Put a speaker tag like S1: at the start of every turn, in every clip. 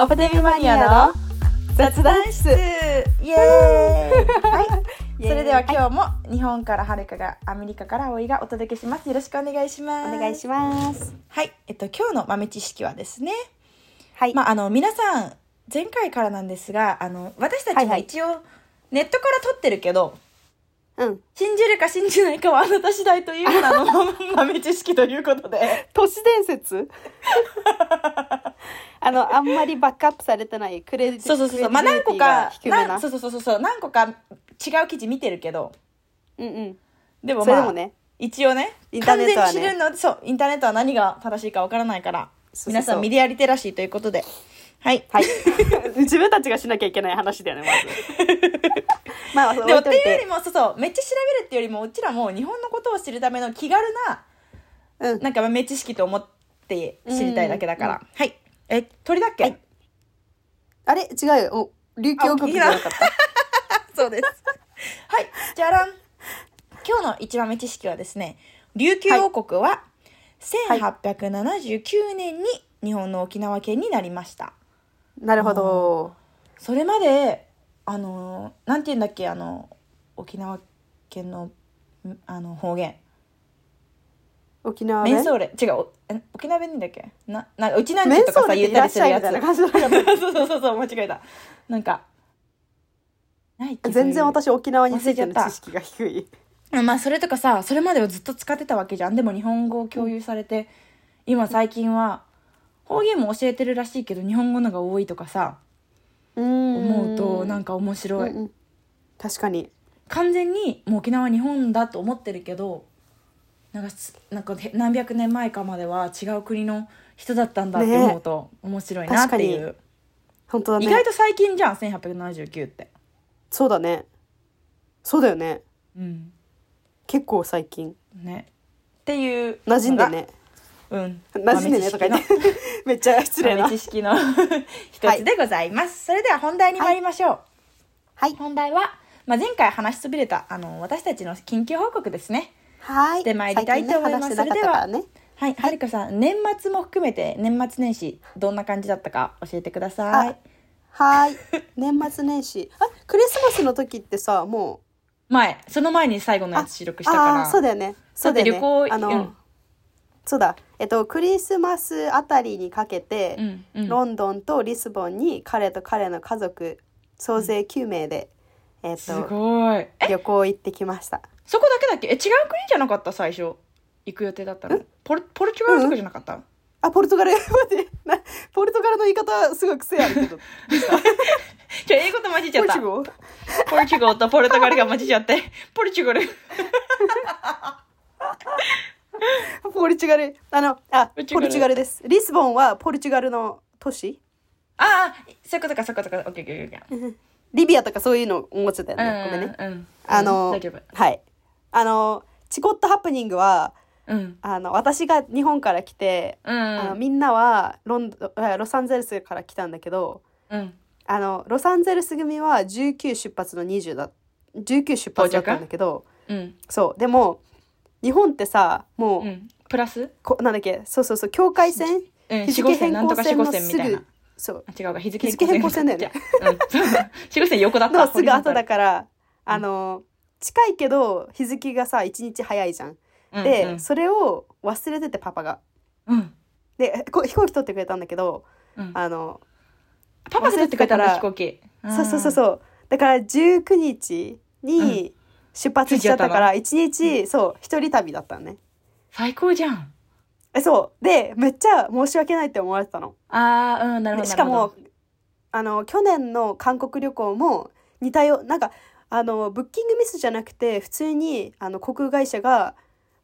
S1: オプテミマニアの雑談室イエーイ、はい、それでは今日も日本からはるかがアメリカからおいがお届けしますよろしくお願いします
S2: お願いします
S1: はいえっと今日の豆知識はですね
S2: はい
S1: まああの皆さん前回からなんですがあの私た
S2: は
S1: ち
S2: い
S1: も
S2: はい
S1: 一応ネットから撮ってるけど、
S2: うん
S1: 信じるか信じないかはあなた次第というようなあの豆知識ということで
S2: 都市伝説 あのあんまりバックアップされてないクレジ
S1: そうそうそうそうまあ
S2: クレ
S1: 何個
S2: ジビリティが
S1: か
S2: 低め
S1: な
S2: な
S1: そうそうそうそう何個か違う記事見てるけど
S2: うんうん
S1: でも
S2: それ
S1: ま
S2: で
S1: あ
S2: もね
S1: 一応ね
S2: インターネットはね
S1: 完全に知るのそうインターネットは何が正しいかわからないから
S2: そうそうそう
S1: 皆さんメディアリテラシーということではい、
S2: はい自分たちがしなきゃいけない話だよねま ずまあ
S1: で
S2: 置
S1: もっ
S2: い
S1: て
S2: とい
S1: いうより
S2: て
S1: もそうそうめっちゃ調べるっていうよりもうちらも日本のことを知るための気軽な
S2: うん
S1: なんか豆知識と思って知りたいだけだから、はいえ鳥だっけ、
S2: はいあれ違うよお琉球王国じゃなかった
S1: そうです。 はい、じゃらん。今日の一番目知識はですね、琉球王国は1879年に日本の沖縄県になりました。
S2: なるほど
S1: それまで、あのー、なんて言うんだっけ、あの、沖縄県の、んあの、方言。
S2: 沖縄
S1: メ
S2: ね
S1: ンソーレ、違う、おえ沖縄弁でんだっけな、なんか、うちなん
S2: メ
S1: ち
S2: ン
S1: と
S2: ソ
S1: か
S2: ー
S1: さ、
S2: レ
S1: 言
S2: っ
S1: って
S2: い
S1: た
S2: ら
S1: り
S2: っ
S1: す
S2: し
S1: る
S2: ゃ
S1: やつ
S2: いみたい。な感じだか ら
S1: そうそうそう、間違えた。なんか、ないっけ
S2: 全然
S1: そういう
S2: 私沖縄についての知識が低い
S1: まあそれとかさそれまではずっと使ってたわけじゃんでも日本語を共有されて、今最近は方言も教えてるらしいけど日本語のが多いとかさ 思
S2: 思
S1: うとなんんか面白い、
S2: うんうん確かに
S1: 完全にもう沖縄日本だと思ってるけどなんかすなんかへ何百年前かまでは違う国の人だったんだって
S2: ね
S1: 思うと面白いなっていう、
S2: 本当だね
S1: 意外と最近じゃん1879って
S2: そうだねそうだよね
S1: うん
S2: 結構最近
S1: ねっていう
S2: 馴染んでね
S1: うん
S2: 馴染んでねとか言って めっちゃ失礼な
S1: 豆知識の 一つでございます、それでは本題に参りましょう
S2: はい
S1: 本題は、まあ、前回話しそびれたあの私たちの近況報告ですね
S2: はい
S1: してまいりたいと思います
S2: 最近ね話してなかったからね
S1: はいはるかさん年末も含めて年末年始どんな感じだったか教えてください
S2: あはい年末年始あクリスマスの時ってさも
S1: 前その前に最後
S2: う
S1: のや
S2: あ
S1: つ収録したから
S2: あーそうだよねそうだよね
S1: だって旅行
S2: あの、
S1: うん
S2: そうだえっとクリスマスあたりにかけて、
S1: うんうん
S2: ロンドンとリスボンに彼と彼の家族総勢9名で、えっ
S1: す
S2: と
S1: ごいえ
S2: 旅行行ってきました
S1: そこだけだっけえ違う国じゃなかった最初行く予定だったのポルポルチュガルとかじゃなかった、
S2: あポルトガル 待ってなポルトガルの言い方すごい癖あるけど
S1: じゃあ英語と 混じっちゃ
S2: ポ
S1: っ
S2: ル
S1: た
S2: チゴ
S1: ポルチュガルとポルトガルが混じっちゃってポルチュガル
S2: ポルチガルあのあ
S1: ポルチガ
S2: ポ
S1: ル
S2: ルチガルですリスボンはポルチガルの都市
S1: ああそういうことかそういうことかオッケーオッケーオッケー
S2: リビアとかそういうの思ってたよね、 ごめんね
S1: うんうんうん、
S2: あの、
S1: 大丈夫
S2: はいあのチコットハプニングは
S1: うん
S2: あの私が日本から来て、
S1: う
S2: あの
S1: ん
S2: みんなはロンドあロサンゼルスから来たんだけど
S1: うん
S2: あのロサンゼルス組は19出発の20だ19出発だったんだけど
S1: うん
S2: そうでも日本ってさもう、
S1: うんプラス、
S2: こなんだっけそうそうそう境界線
S1: うん、
S2: 日
S1: 四五
S2: 付
S1: 線
S2: 変
S1: なんと
S2: 更
S1: か四
S2: 線
S1: 五
S2: の
S1: 線み
S2: す
S1: たいな
S2: ぐそう
S1: あ違うか日付
S2: 日付変更線だよね
S1: 違ううんそう四五線横だった
S2: のすぐ後だから
S1: うん
S2: あの近いけど日付がさ1日早いじゃん。
S1: ら
S2: で、
S1: うん
S2: それを忘れててパパが。
S1: うん
S2: でこ飛行機取ってくれたんだけど
S1: うん、
S2: あの、
S1: パパで撮ってくれた
S2: 忘れ
S1: ら
S2: てた
S1: 飛行機
S2: そうそうそうそうだから19日に出発しちゃったから1日、そう一人旅だったのね。
S1: 最高じゃん
S2: えそうでめっちゃ申し訳ないって思われてたの。
S1: あーうんなるほ
S2: で
S1: ど
S2: しか
S1: なるほ
S2: もあの去年の韓国旅行も似たようなんかあのブッキングミスじゃなくて普通にあの航空会社が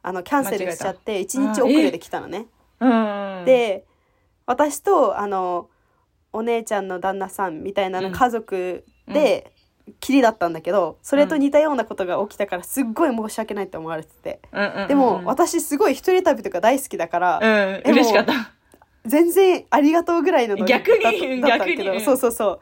S2: あのキャンセルしちゃって1日遅れてきたのね。
S1: どうん
S2: で私とあのお姉ちゃんの旦那さんみたいな
S1: う
S2: の
S1: ん
S2: 家族で、きりだったんだけどそれと似たようなことが起きたからすっごい申し訳ないって思われてて、
S1: うんうんうんうん
S2: でも私すごい一人旅とか大好きだから、
S1: うん嬉しかった
S2: 全然ありがとうぐらいのノリだっ
S1: 逆に
S2: だったんだけ
S1: 逆に
S2: どそうそうそう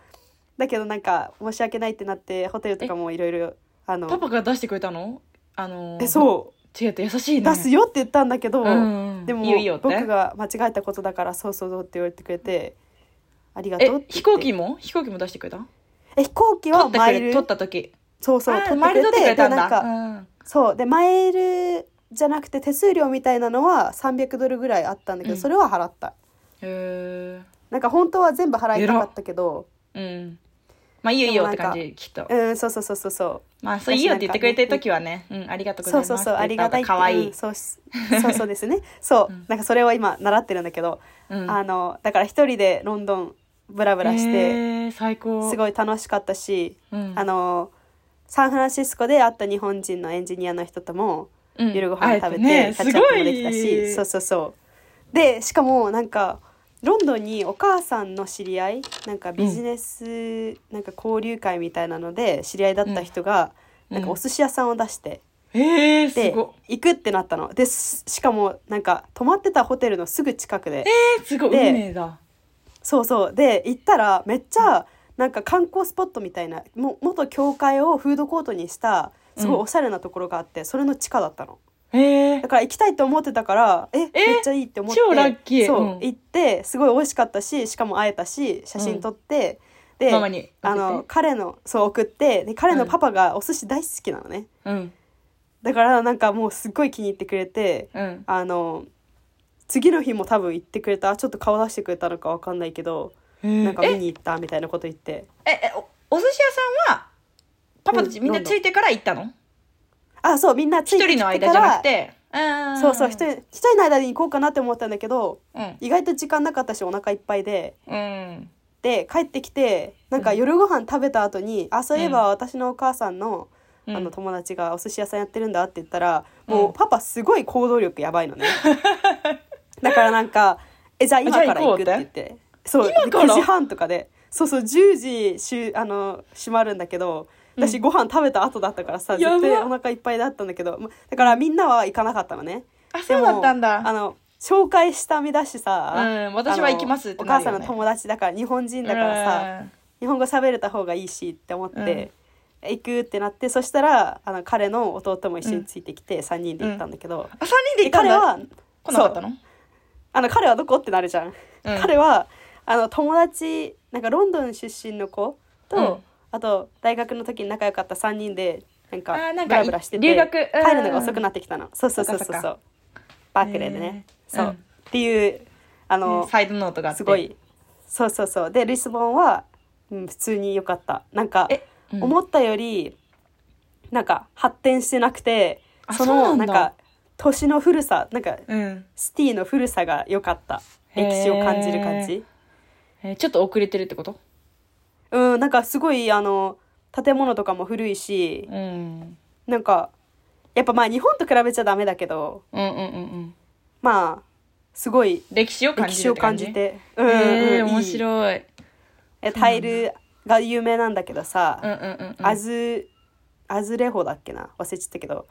S2: だけどなんか申し訳ないってなってホテルとかもいろいろあ
S1: パ
S2: の
S1: パが出してくれたのあの
S2: えそう
S1: 違う優しいね
S2: う出すよって言ったんだけど、
S1: うんうん
S2: でも
S1: いいよいいよって
S2: 僕が間違えたことだからそうそうそうって言われてくれてあありがと
S1: え
S2: うって言って
S1: 飛行機も飛行機も出してくれた
S2: え飛行
S1: 取
S2: 機は
S1: って
S2: マ
S1: く
S2: イ
S1: れ
S2: ル
S1: 取った時
S2: そうそう
S1: あー
S2: 取
S1: マイル
S2: って
S1: 取っ
S2: く
S1: てくれ
S2: れて
S1: たん
S2: でな
S1: だ
S2: んか、
S1: うん
S2: そうでマイルじゃなくて手数料みたいなのは300ドルぐらいあったんだけど、
S1: うん
S2: それは払った
S1: へ
S2: なんか本当は全部払いたかったけど
S1: えうんまあいいよいいよって感じきっと
S2: うんそうそうそうそうそう
S1: まあそういいよって言ってくれてる時はねうんありがとうござい
S2: そ
S1: ま
S2: う
S1: す
S2: そうそうありがたいって
S1: 可愛
S2: う
S1: い
S2: んそうしそうそうです ねそう、なんかそれを今習ってるんだけど、
S1: うん
S2: あのだから一人でロンドンブラブラして、
S1: へえ最高
S2: すごい楽しかったし、
S1: うん
S2: あのサンフランシスコで会った日本人のエンジニアの人とも
S1: うん
S2: 夜ご飯食べ
S1: 会え
S2: て、
S1: ね
S2: キャッチアップもできた
S1: すご
S2: し
S1: い
S2: そうそうそうでしかもなんかロンドンにお母さんの知り合いなんかビジネス、なんか交流会みたいなので知り合いだった人が、
S1: うん
S2: なんかお寿司屋さんを出して、
S1: えー、す
S2: で
S1: ご
S2: 行くってなったのですしかもなんか泊まってたホテルのすぐ近くで、
S1: えー、すごい運
S2: で
S1: 命だ
S2: そうそうで行ったらめっちゃなんか観光スポットみたいなも元教会をフードコートにしたすごいおしゃれなところがあって、それの地下だったの
S1: えー
S2: だ、から行きたいと思ってたからえめっちゃいいって思って
S1: 超ラッキー
S2: そう、
S1: うん
S2: 行ってすごい美味しかったししかも会えたし写真撮って、で
S1: ママに
S2: あの彼のそう送ってで彼のパパがお寿司大好きなのね、
S1: うん
S2: だからなんかもうすっごい気に入ってくれて
S1: うん
S2: あの次の日も多分行ってくれたちょっと顔出してくれたのかわかんないけど、
S1: な
S2: なんか見に行ったみたいなこと言って
S1: ええおお寿司屋さんはパパたち
S2: うん
S1: みんなついてから行ったの
S2: あそうみんなつ
S1: 一
S2: いてき
S1: 人
S2: て
S1: の間
S2: から
S1: じゃなくてん
S2: そうそう一人一人の間に行こうかなって思ったんだけど
S1: うん
S2: 意外と時間なかったしお腹いっぱいで
S1: うん
S2: で帰ってきてなんか夜ご飯食べた後に、あそういえば私のお母さんの,、
S1: うん
S2: あの友達がお寿司屋さんやってるんだって言ったら、
S1: うん
S2: もうパパすごい行動力やばいの ねだからなんか「えじゃあ今から行く」って言ってそう
S1: 今から
S2: 9時半とかでそうそう10時しゅあの閉まるんだけど私ご飯食べた後だったからさ、
S1: やば
S2: 絶対お腹いっぱいだったんだけどまだからみんなは行かなかったのね
S1: あそうだったんだ
S2: あの紹介した身だしさ、
S1: うん私は行きますって
S2: あのお
S1: な
S2: 母
S1: るよ
S2: さ
S1: ね
S2: んの友達だから日本人だからさ、
S1: うん
S2: 日本語喋れた方がいいしって思って、行くってなってそしたらあの彼の弟も一緒についてきて3人で行ったんだけど、
S1: あ三人で行
S2: で
S1: ったん
S2: 彼
S1: だ
S2: は
S1: 来なかったの
S2: あの彼はどこってなるじゃん、彼はあの友達なんかロンドン出身の子と、
S1: うん
S2: あと大学の時に仲良かった3人でなんか
S1: あーなんか
S2: ブラブラしてて
S1: 留学うん
S2: 帰るのが遅くなってきたのそうそうそうそう
S1: そっか
S2: そ
S1: そっ
S2: うバークレーでね、
S1: へー
S2: そう、
S1: うん
S2: っていうあの、
S1: ねサイドノートがあって
S2: すごいそうそうそうでリスボンは、うん、普通に良かったなんか
S1: えうん
S2: 思ったより、なんか発展してなくて
S1: あ
S2: そ
S1: そ
S2: の
S1: うなんん
S2: な
S1: だ
S2: か年の古さなんか
S1: うん
S2: シティの古さが良かった
S1: へー
S2: 歴史を感じる感じ
S1: えーちょっと遅れてるってこと
S2: うんなんかすごいあの建物とかも古いし
S1: うん
S2: なんかやっぱまあ日本と比べちゃダメだけど
S1: うんうんうんうん
S2: まあすごい
S1: 歴史を感
S2: 歴
S1: じ
S2: 史
S1: るっ
S2: を
S1: て感
S2: 感
S1: じ
S2: じてうんうん
S1: えー面
S2: いい
S1: 白い
S2: えタイルが有名なんだけどさ、
S1: うんうんうんうん
S2: アズアズレホだっけな忘れちゃったけど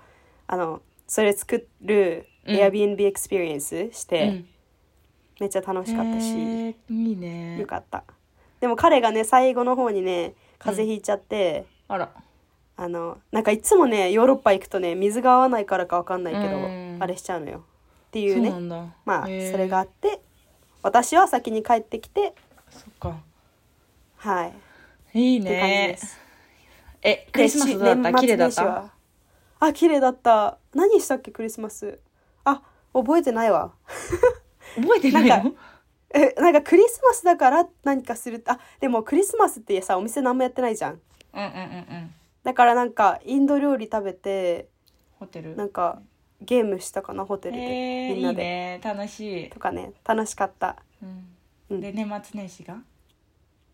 S2: あのそれ作る
S1: うん
S2: Airbnb エクスペリエンスして、
S1: うん
S2: めっちゃ楽しかったし、
S1: えーいいね
S2: よかったでも彼がね最後の方にね風邪ひいちゃって、
S1: あら
S2: あのなんかいつもねヨーロッパ行くとね水が合わないからかわかんないけど、
S1: うん
S2: あれしちゃうのよってい
S1: そうう
S2: ね
S1: なんだ
S2: まあそ
S1: へー
S2: れがあって私は先に帰ってきて
S1: そっか
S2: はい、
S1: いい
S2: っていう感じで
S1: ね
S2: す
S1: えクリスマスどうだった
S2: で
S1: 綺麗だっ
S2: 年末年始
S1: た
S2: はあ綺麗だった何したっけクリスマスあ覚えてないわ
S1: 覚えてない
S2: なん
S1: の
S2: えなんかクリスマスだから何かするあでもクリスマスってさお店何もやってないじゃん
S1: うんうんうんうん
S2: だからなんかインド料理食べて
S1: ホテル
S2: なんかゲームしたかなホテルで、
S1: えーい
S2: みんないで
S1: ね楽しい
S2: とかね楽しかった
S1: う
S2: うんん
S1: で年末年始が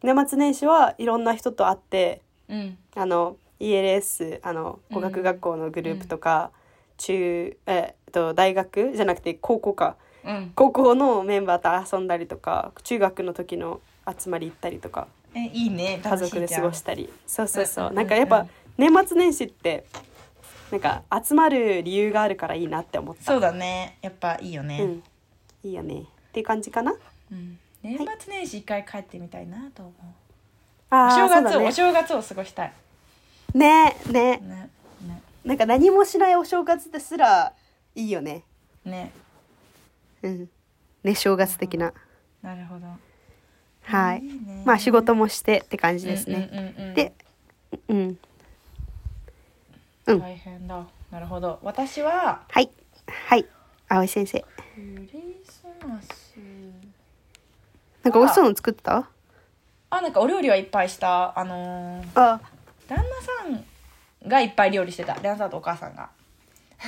S2: 年末年始はいろんな人と会って
S1: うん
S2: あの ELS あの語学学校のグループとか、中えっと大学じゃなくて高校か
S1: うん
S2: 高校のメンバーと遊んだりとか中学の時の集まり行ったりとか
S1: えいいね
S2: 家族で過ごしたたりそうそうそううんなんかやっ
S1: う
S2: ぱ
S1: ん
S2: 年末年始ってなんか集まる理由があるからいいなって思った
S1: そうだねやっぱいいよ
S2: う
S1: ね
S2: ん、いいよねっていう感じかな
S1: うん年末年始一回帰ってみたいなと思う
S2: あ
S1: お
S2: ー
S1: 正月
S2: そ
S1: を
S2: う
S1: お
S2: だ
S1: 正月を過ごしたい
S2: ねねね
S1: ねね
S2: なんか何もしないお正月ですらいいよね
S1: ね
S2: うんね正月的な
S1: なるほど
S2: はい
S1: いね
S2: まあ仕事もしてって感じですね、
S1: うんうんうんうん
S2: でうんうん
S1: 大変だなるほど私は
S2: はいはい葵先生
S1: クリスマス
S2: なんか美味しそうなの作ってた
S1: あなんかお料理はいっぱいしたあのー
S2: あ
S1: 旦那さんがいっぱい料理してた旦那さんとお母さんが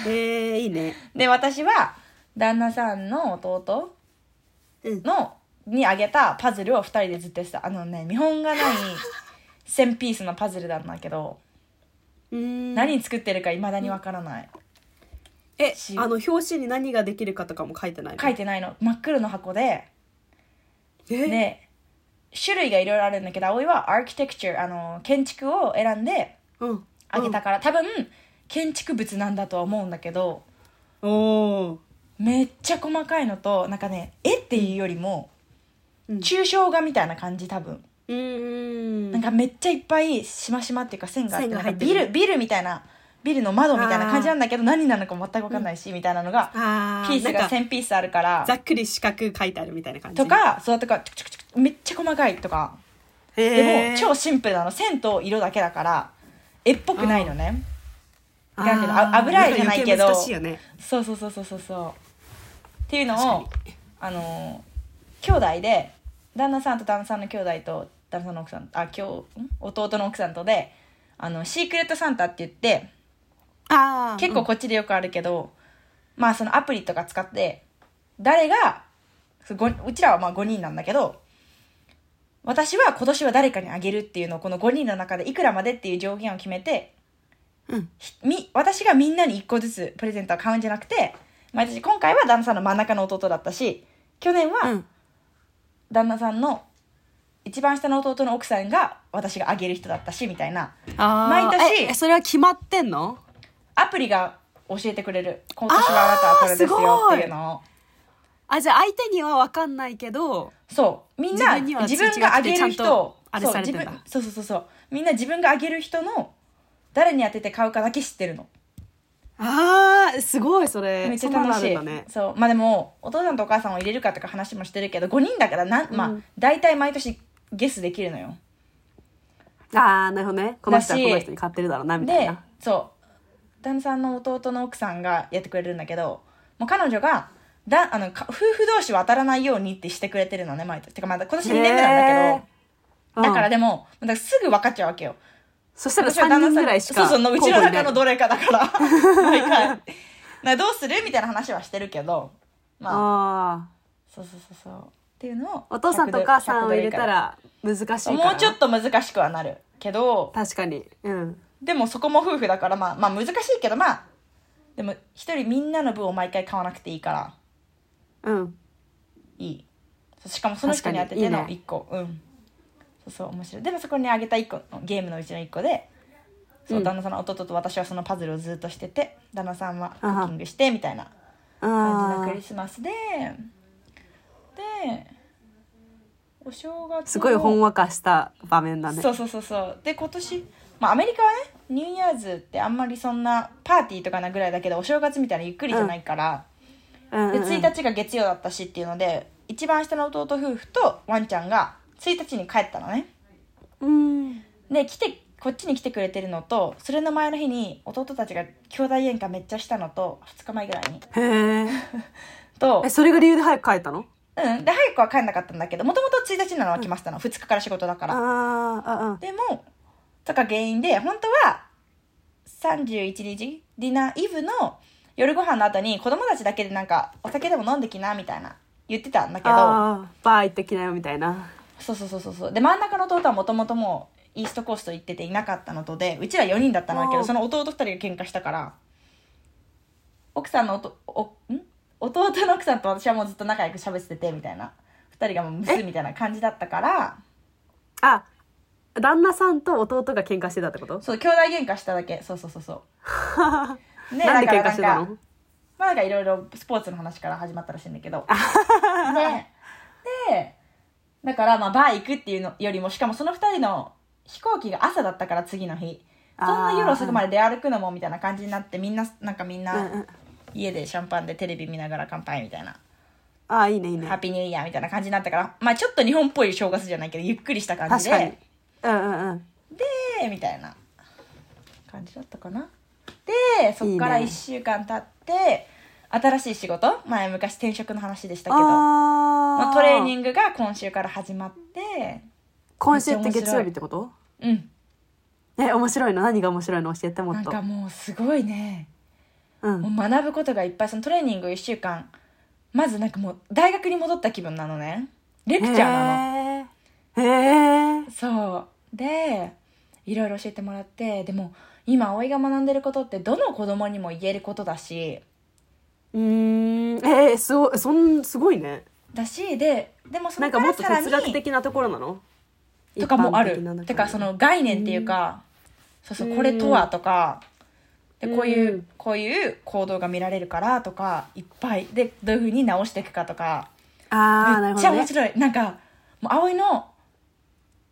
S2: えー、いいね
S1: で私は旦那さんの弟
S2: うん
S1: のにあげたパズルを2人でずっとやってたあのね見本がない 1000ピースのパズルなんだけど
S2: うん
S1: 何作ってるかいまだにわからない
S2: え
S1: し
S2: あの表紙に何ができるかとかも書いてないの
S1: 書いてないの真っ黒の箱で
S2: え
S1: で種類がいろいろあるんだけど葵はアーキテクチャあの建築を選んで
S2: うん
S1: あげたから、多分建築物なんだとは思うんだけど
S2: うんお
S1: めっちゃ細かいのとなんかね絵っていうよりも、
S2: うん
S1: 抽象画みたいな感じ多分、
S2: ーうん
S1: なんかめっちゃいっぱいしましまっていうか線があって
S2: 線が
S1: なんか
S2: 入って
S1: ビ
S2: る
S1: ルビルみたいなビルの窓みたいな感じなんだけど何なのか全く分かんないし、みたいなのが
S2: あー
S1: ピース
S2: な
S1: が
S2: んか
S1: 1000ピースあるから
S2: ざっくり四角書いてあるみたいな感じ
S1: とかそうだとかチュクチュクチュクめっちゃ細かいとかで
S2: で
S1: も超シンプルなの線と色だけだから絵っぽくないのねなんていうのあ油絵じゃないけど
S2: 難しいよね
S1: そうそうそうそうそうそうっていうの
S2: 確
S1: をあの兄弟で旦那さんと旦那さんの兄弟と旦那さんの奥さんあ今日ん弟の奥さんとであのシークレットサンタって言って
S2: あー
S1: 結構こっちでよくあるけど、まあそのアプリとか使って誰がそうごうちらはまあ5人なんだけど私は今年は誰かにあげるっていうのをこの5人の中でいくらまでっていう上限を決めて
S2: うん
S1: ひみ私がみんなに1個ずつプレゼントは買うんじゃなくて毎年今回は旦那さんの真ん中の弟だったし去年
S2: う
S1: は
S2: ん
S1: 旦那さんの一番下の弟の奥さんが私があげる人だったしみたいな
S2: あー
S1: 毎年
S2: えそれは決まってんの
S1: アプリが教えてくれる今年はあなたはこれです
S2: あーす
S1: よ
S2: ごい
S1: っていうのを。
S2: あじゃあ相手には分かんないけど
S1: そうみんな
S2: 自分には
S1: 自分があげる
S2: 通知が来てちゃん
S1: 人
S2: とあれされてんだ
S1: そう自分そうそうそうそうみんな自分があげる人の誰に当てて買うかだけ知ってるの
S2: あーすごいそれ
S1: めっちゃ楽し
S2: そん
S1: い
S2: なのあるんだね
S1: そうまあでもお父さんとお母さんを入れるかとか話もしてるけど5人だからなん、まあ
S2: うん
S1: 大体毎年ゲスできるのよ
S2: ああなるほどねこの人は
S1: だし
S2: この人に買ってるだろうなみたい
S1: で
S2: な
S1: そう旦那さんの弟の奥さんがやってくれるんだけどもう彼女がだあのか夫婦同士は当たらないようにってしてくれてるのね毎年てかまだ今年2年目なんだけど、
S2: うん
S1: だからでもだからすぐ分かっちゃうわけよ
S2: そしたら
S1: 私は
S2: 3
S1: 旦那
S2: 人
S1: さん
S2: ぐらいしか
S1: そうそううちの中の
S2: ど
S1: どれかだから 毎回だからどうするみたいな話はしてるけどまあ
S2: あ
S1: そうそうそうそうっていうのを
S2: ーお父さんとお母さんを入れたら難しいか
S1: 100
S2: ら
S1: ドルもうちょっと難しくはなるけど
S2: 確かにうん
S1: でもそこも夫婦だからまあまあ難しいけどまあでも一人みんなの分を毎回買わなくていいから
S2: うん
S1: いいしかもその人に当てて
S2: 確か
S1: の
S2: にいい
S1: 1個うんそうそう面白いでもそこにあげた1個のゲームのうちの1個でそう、
S2: うん
S1: 旦那さんの弟と私はそのパズルをずっとしてて旦那さんはク
S2: あは
S1: ッキングしてみたいな感じ
S2: あ
S1: のク
S2: ー
S1: リスマスででお正月も
S2: すごいほんわかした場面だね
S1: そうそうそうそうで今年、まあ、アメリカはねニューイヤーズってあんまりそんなパーティーとかなぐらいだけどお正月みたいなゆっくりじゃないから、
S2: うんうん
S1: で
S2: うん
S1: 1日が月曜だったしっていうので一番下の弟夫婦とワンちゃんが1日に帰ったのね
S2: うん
S1: で来てこっちに来てくれてるのとそれの前の日に弟たちが兄弟喧嘩めっちゃしたのと2日前ぐらいに
S2: へえ
S1: と
S2: えそれが理由で早く帰ったの
S1: うんで早くは帰んなかったんだけどもともと1日なのは来ましたの2日から仕事だか
S2: あ
S1: ら
S2: ーああ
S1: でもとか原因で本当は31日ディナーイブの夜ご飯の後に子供たちだけでなんかお酒でも飲んできなみたいな言ってたんだけど
S2: あーバー行ってきなよみたいな
S1: そうそうそうそうそうで真ん中の弟はもともともうイーストコースト行ってていなかったのとでうちら4人だったんだけ
S2: あ
S1: ど
S2: ー
S1: その弟2人が喧嘩したから奥さんのおとおん弟の奥さんと私はもうずっと仲良く喋っててみたいな2人がもう娘みたいな感じだったから
S2: あ旦那さんと弟が喧嘩してたってこと
S1: そう兄弟喧嘩しただけそうそうそうそう ね
S2: なんで
S1: だか
S2: 喧嘩
S1: ら
S2: して
S1: な
S2: た
S1: んか
S2: の
S1: まあなんかいろいろスポーツの話から始まったらしいんだけど。で、で、だからまあバー行くっていうのよりも、しかもその二人の飛行機が朝だったから次の日。そんな夜遅くまで出歩くのもみたいな感じになって、みんな、なんかみん
S2: うんう
S1: なん家でシャンパンでテレビ見ながら乾杯みたいな
S2: ああいいねいい
S1: ハッ
S2: ね
S1: ピーニューイヤーみたいな感じになったから、まあちょっと日本っぽい正月じゃないけど、ゆっくりした感
S2: 確
S1: じ
S2: かに
S1: で、
S2: うんうんうん
S1: で、みたいな感じだったかな。で、そこから
S2: いいね
S1: 1週間経って、新しい仕事、前昔転職の話でしたけど、
S2: あ
S1: のトレーニ
S2: グ
S1: ングが今週から始まって、
S2: 今週って月曜日ってこと
S1: うん。
S2: え面白いの何が面白いの教えても
S1: な
S2: っ
S1: ん
S2: と
S1: かもうすごいね。
S2: うん
S1: もう学ぶことがいっぱい、そのトレーニング1週間、まずなんかもう大学に戻った気分なのね。レクチャーなの。
S2: へえ
S1: そう。で、いろいろ教えてもらって、でも今葵が学んでることってどの子供にも言えることだし、
S2: うーんえー、すごいそんすごいね
S1: だし、で、でもそ
S2: なん
S1: の
S2: か
S1: か
S2: も
S1: ら
S2: っと
S1: さら
S2: 哲学
S1: に、
S2: 的なところなの
S1: とかもあ
S2: 一般的な中
S1: る。
S2: で
S1: てかその概念っていうか、そうそう、これとはとか、でこういう、
S2: うん
S1: こういう行動が見られるからとか、いっぱい。で、どういうふうに直していくかとか、
S2: ああな
S1: め
S2: る
S1: っ
S2: ほ
S1: ちゃ
S2: ど
S1: 面
S2: ね
S1: 白い。なんか、もう葵の、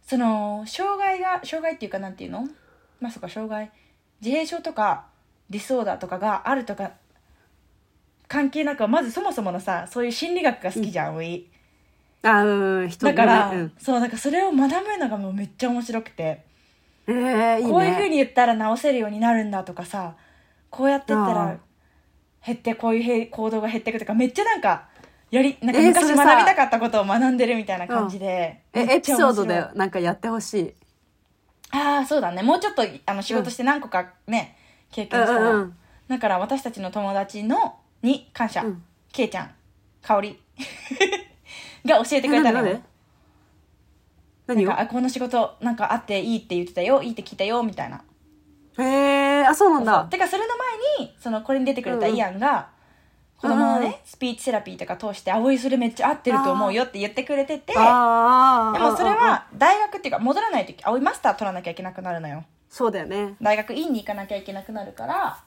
S1: その、障害が、障害っていうかなんていうのまあそうか、障害。自閉症とか、ディスオーダーとかがあるとか、関係なく、まずそもそものさ、そういう心理学が好きじゃん、葵。
S2: あーうん人
S1: だから、
S2: ねうん
S1: そう、なんかそれを学ぶのがもうめっちゃ面白くて。
S2: えー、いいね
S1: こういう風に言ったら直せるようになるんだとかさこうやってった
S2: ああ
S1: ら減ってこういうへ行動が減っていくとかめっちゃなんかやりなんか
S2: えー
S1: 昔
S2: それ
S1: 学び
S2: さ
S1: たかったことを学んでるみたいな感じで、
S2: え
S1: め
S2: エ
S1: っ
S2: ピ
S1: ちゃ
S2: ソー
S1: 面白い
S2: ドでなんかやってほしい
S1: ああそうだねもうちょっとあの仕事して何個かね、経験したら、
S2: うんうんうん
S1: だから私たちの友達のに感謝、
S2: うん
S1: けいちゃんかおり が教えてくれた
S2: え
S1: の
S2: なん
S1: よ
S2: でなんで何
S1: なんか
S2: を
S1: あこの仕事なんかあっていいって言ってたよいいって聞いたよみたいな
S2: へえー、あそうなん
S1: そう
S2: だ
S1: てかそれの前にそのこれに出てくれたイアンが、
S2: うん
S1: 子供のね、
S2: うん
S1: スピーチセラピーとか通して「葵それめっちゃ合ってると思うよ」って言ってくれててで
S2: あーあーあー
S1: もそれ
S2: あー
S1: は大学っていうか戻らないと葵マスター取らなきゃいけなくなるのよ
S2: そうだよね
S1: 大学院に行かなきゃいけなくなるから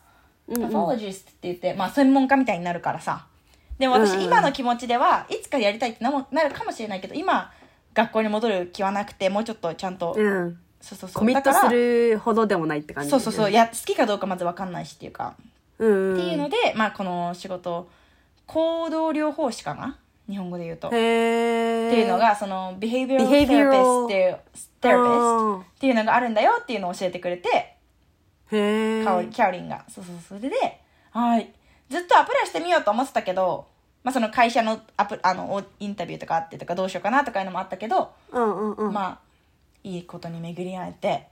S2: うん
S1: パ
S2: うん
S1: フォロジストって言って、まあ、専門家みたいになるからさでも私、
S2: うんうん
S1: 今の気持ちではいつかやりたいってなもなるかもしれないけど今学校に戻る気はなくてもうちょっとちゃんと、
S2: うん
S1: そうそうそう
S2: コミット
S1: だから
S2: するほどでもないって感じ
S1: そうそうそういや好きかどうかまず分かんないしっていうか
S2: うん
S1: っていうので、まあ、この仕事行動療法士かな日本語で言うと。っ
S2: へえ
S1: ていうのがそのビヘイビュー
S2: Behavioral
S1: テラピスってテラピス
S2: あ
S1: っていうのがあるんだよっていうのを教えてくれて
S2: ーへえ
S1: カオリキャオリンがそうそうそれではいずっとアプライしてみようと思ってたけど、まあ、その会社のアプあのおインタビューとかあってとかどうしようかなとかいうのもあったけど、
S2: うんうんうん
S1: まあいいことに巡り合えて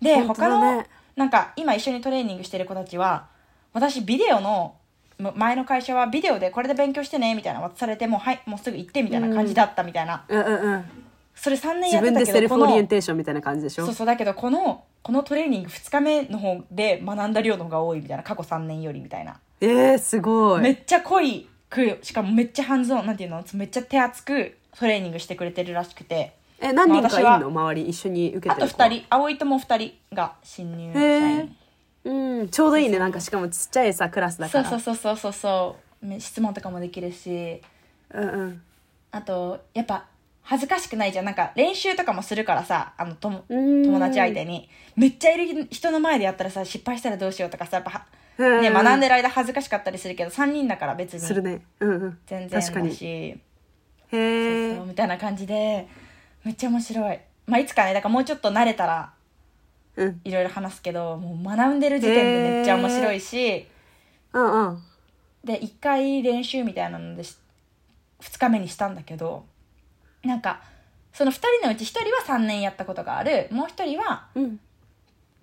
S1: で、
S2: 本当
S1: 他
S2: だね
S1: のなんか今一緒にトレーニングしてる子たちは私ビデオのむ前の会社はビデオでこれで勉強してねみたいな渡されてもうはいもうすぐ行ってみたいな感じだったみたいな、
S2: うんうんうん
S1: それ3年やっ
S2: 自
S1: て
S2: 分で
S1: た
S2: セ
S1: け
S2: ル
S1: ど
S2: フ
S1: こ
S2: オリエン
S1: の
S2: テーションみたいな感じでしょ
S1: そうそうだけどこのこのトレーニング2日目の方で学んだ量の方が多いみたいな過去3年よりみたいな
S2: えー、すご
S1: め
S2: い
S1: っちゃ濃いくしかもめっちゃハンズオンなんていうのめっちゃ手厚くトレーニングしてくれてるらしくて
S2: え何人かい
S1: まあ
S2: る
S1: 私
S2: の
S1: は
S2: 周り一緒に受け
S1: あ
S2: て
S1: と
S2: る子は
S1: 2人葵とも2人が新入社
S2: へー
S1: 員
S2: うんちょうどいいねなんかしかもちっちゃいさクラスだか
S1: そう
S2: ら
S1: そうそうそうそうそうめ質問とかもできるし
S2: うんうん
S1: あとやっぱ恥ずかしくないじゃんなんか練習とかもするからさあのとも
S2: うん
S1: 友達相手にめっちゃいる人の前でやったらさ失敗したらどうしようとかさやっぱ
S2: う
S1: は、
S2: ん
S1: ね、学んでる間恥ずかしかったりするけど3人だから別
S2: する
S1: に
S2: ねうんうん
S1: 全然だし
S2: 確かに
S1: そう
S2: へ
S1: そう
S2: え
S1: みたいな感じでめっちゃ面白い、まあ、いつかねだからもうちょっと慣れたら
S2: うん
S1: いろいろ話すけどもう学んでる時点でめっちゃ面白いし
S2: うんうん
S1: で1回練習みたいなのでし2日目にしたんだけどなんかその2人のうち1人は3年やったことがあるもう1人は
S2: うん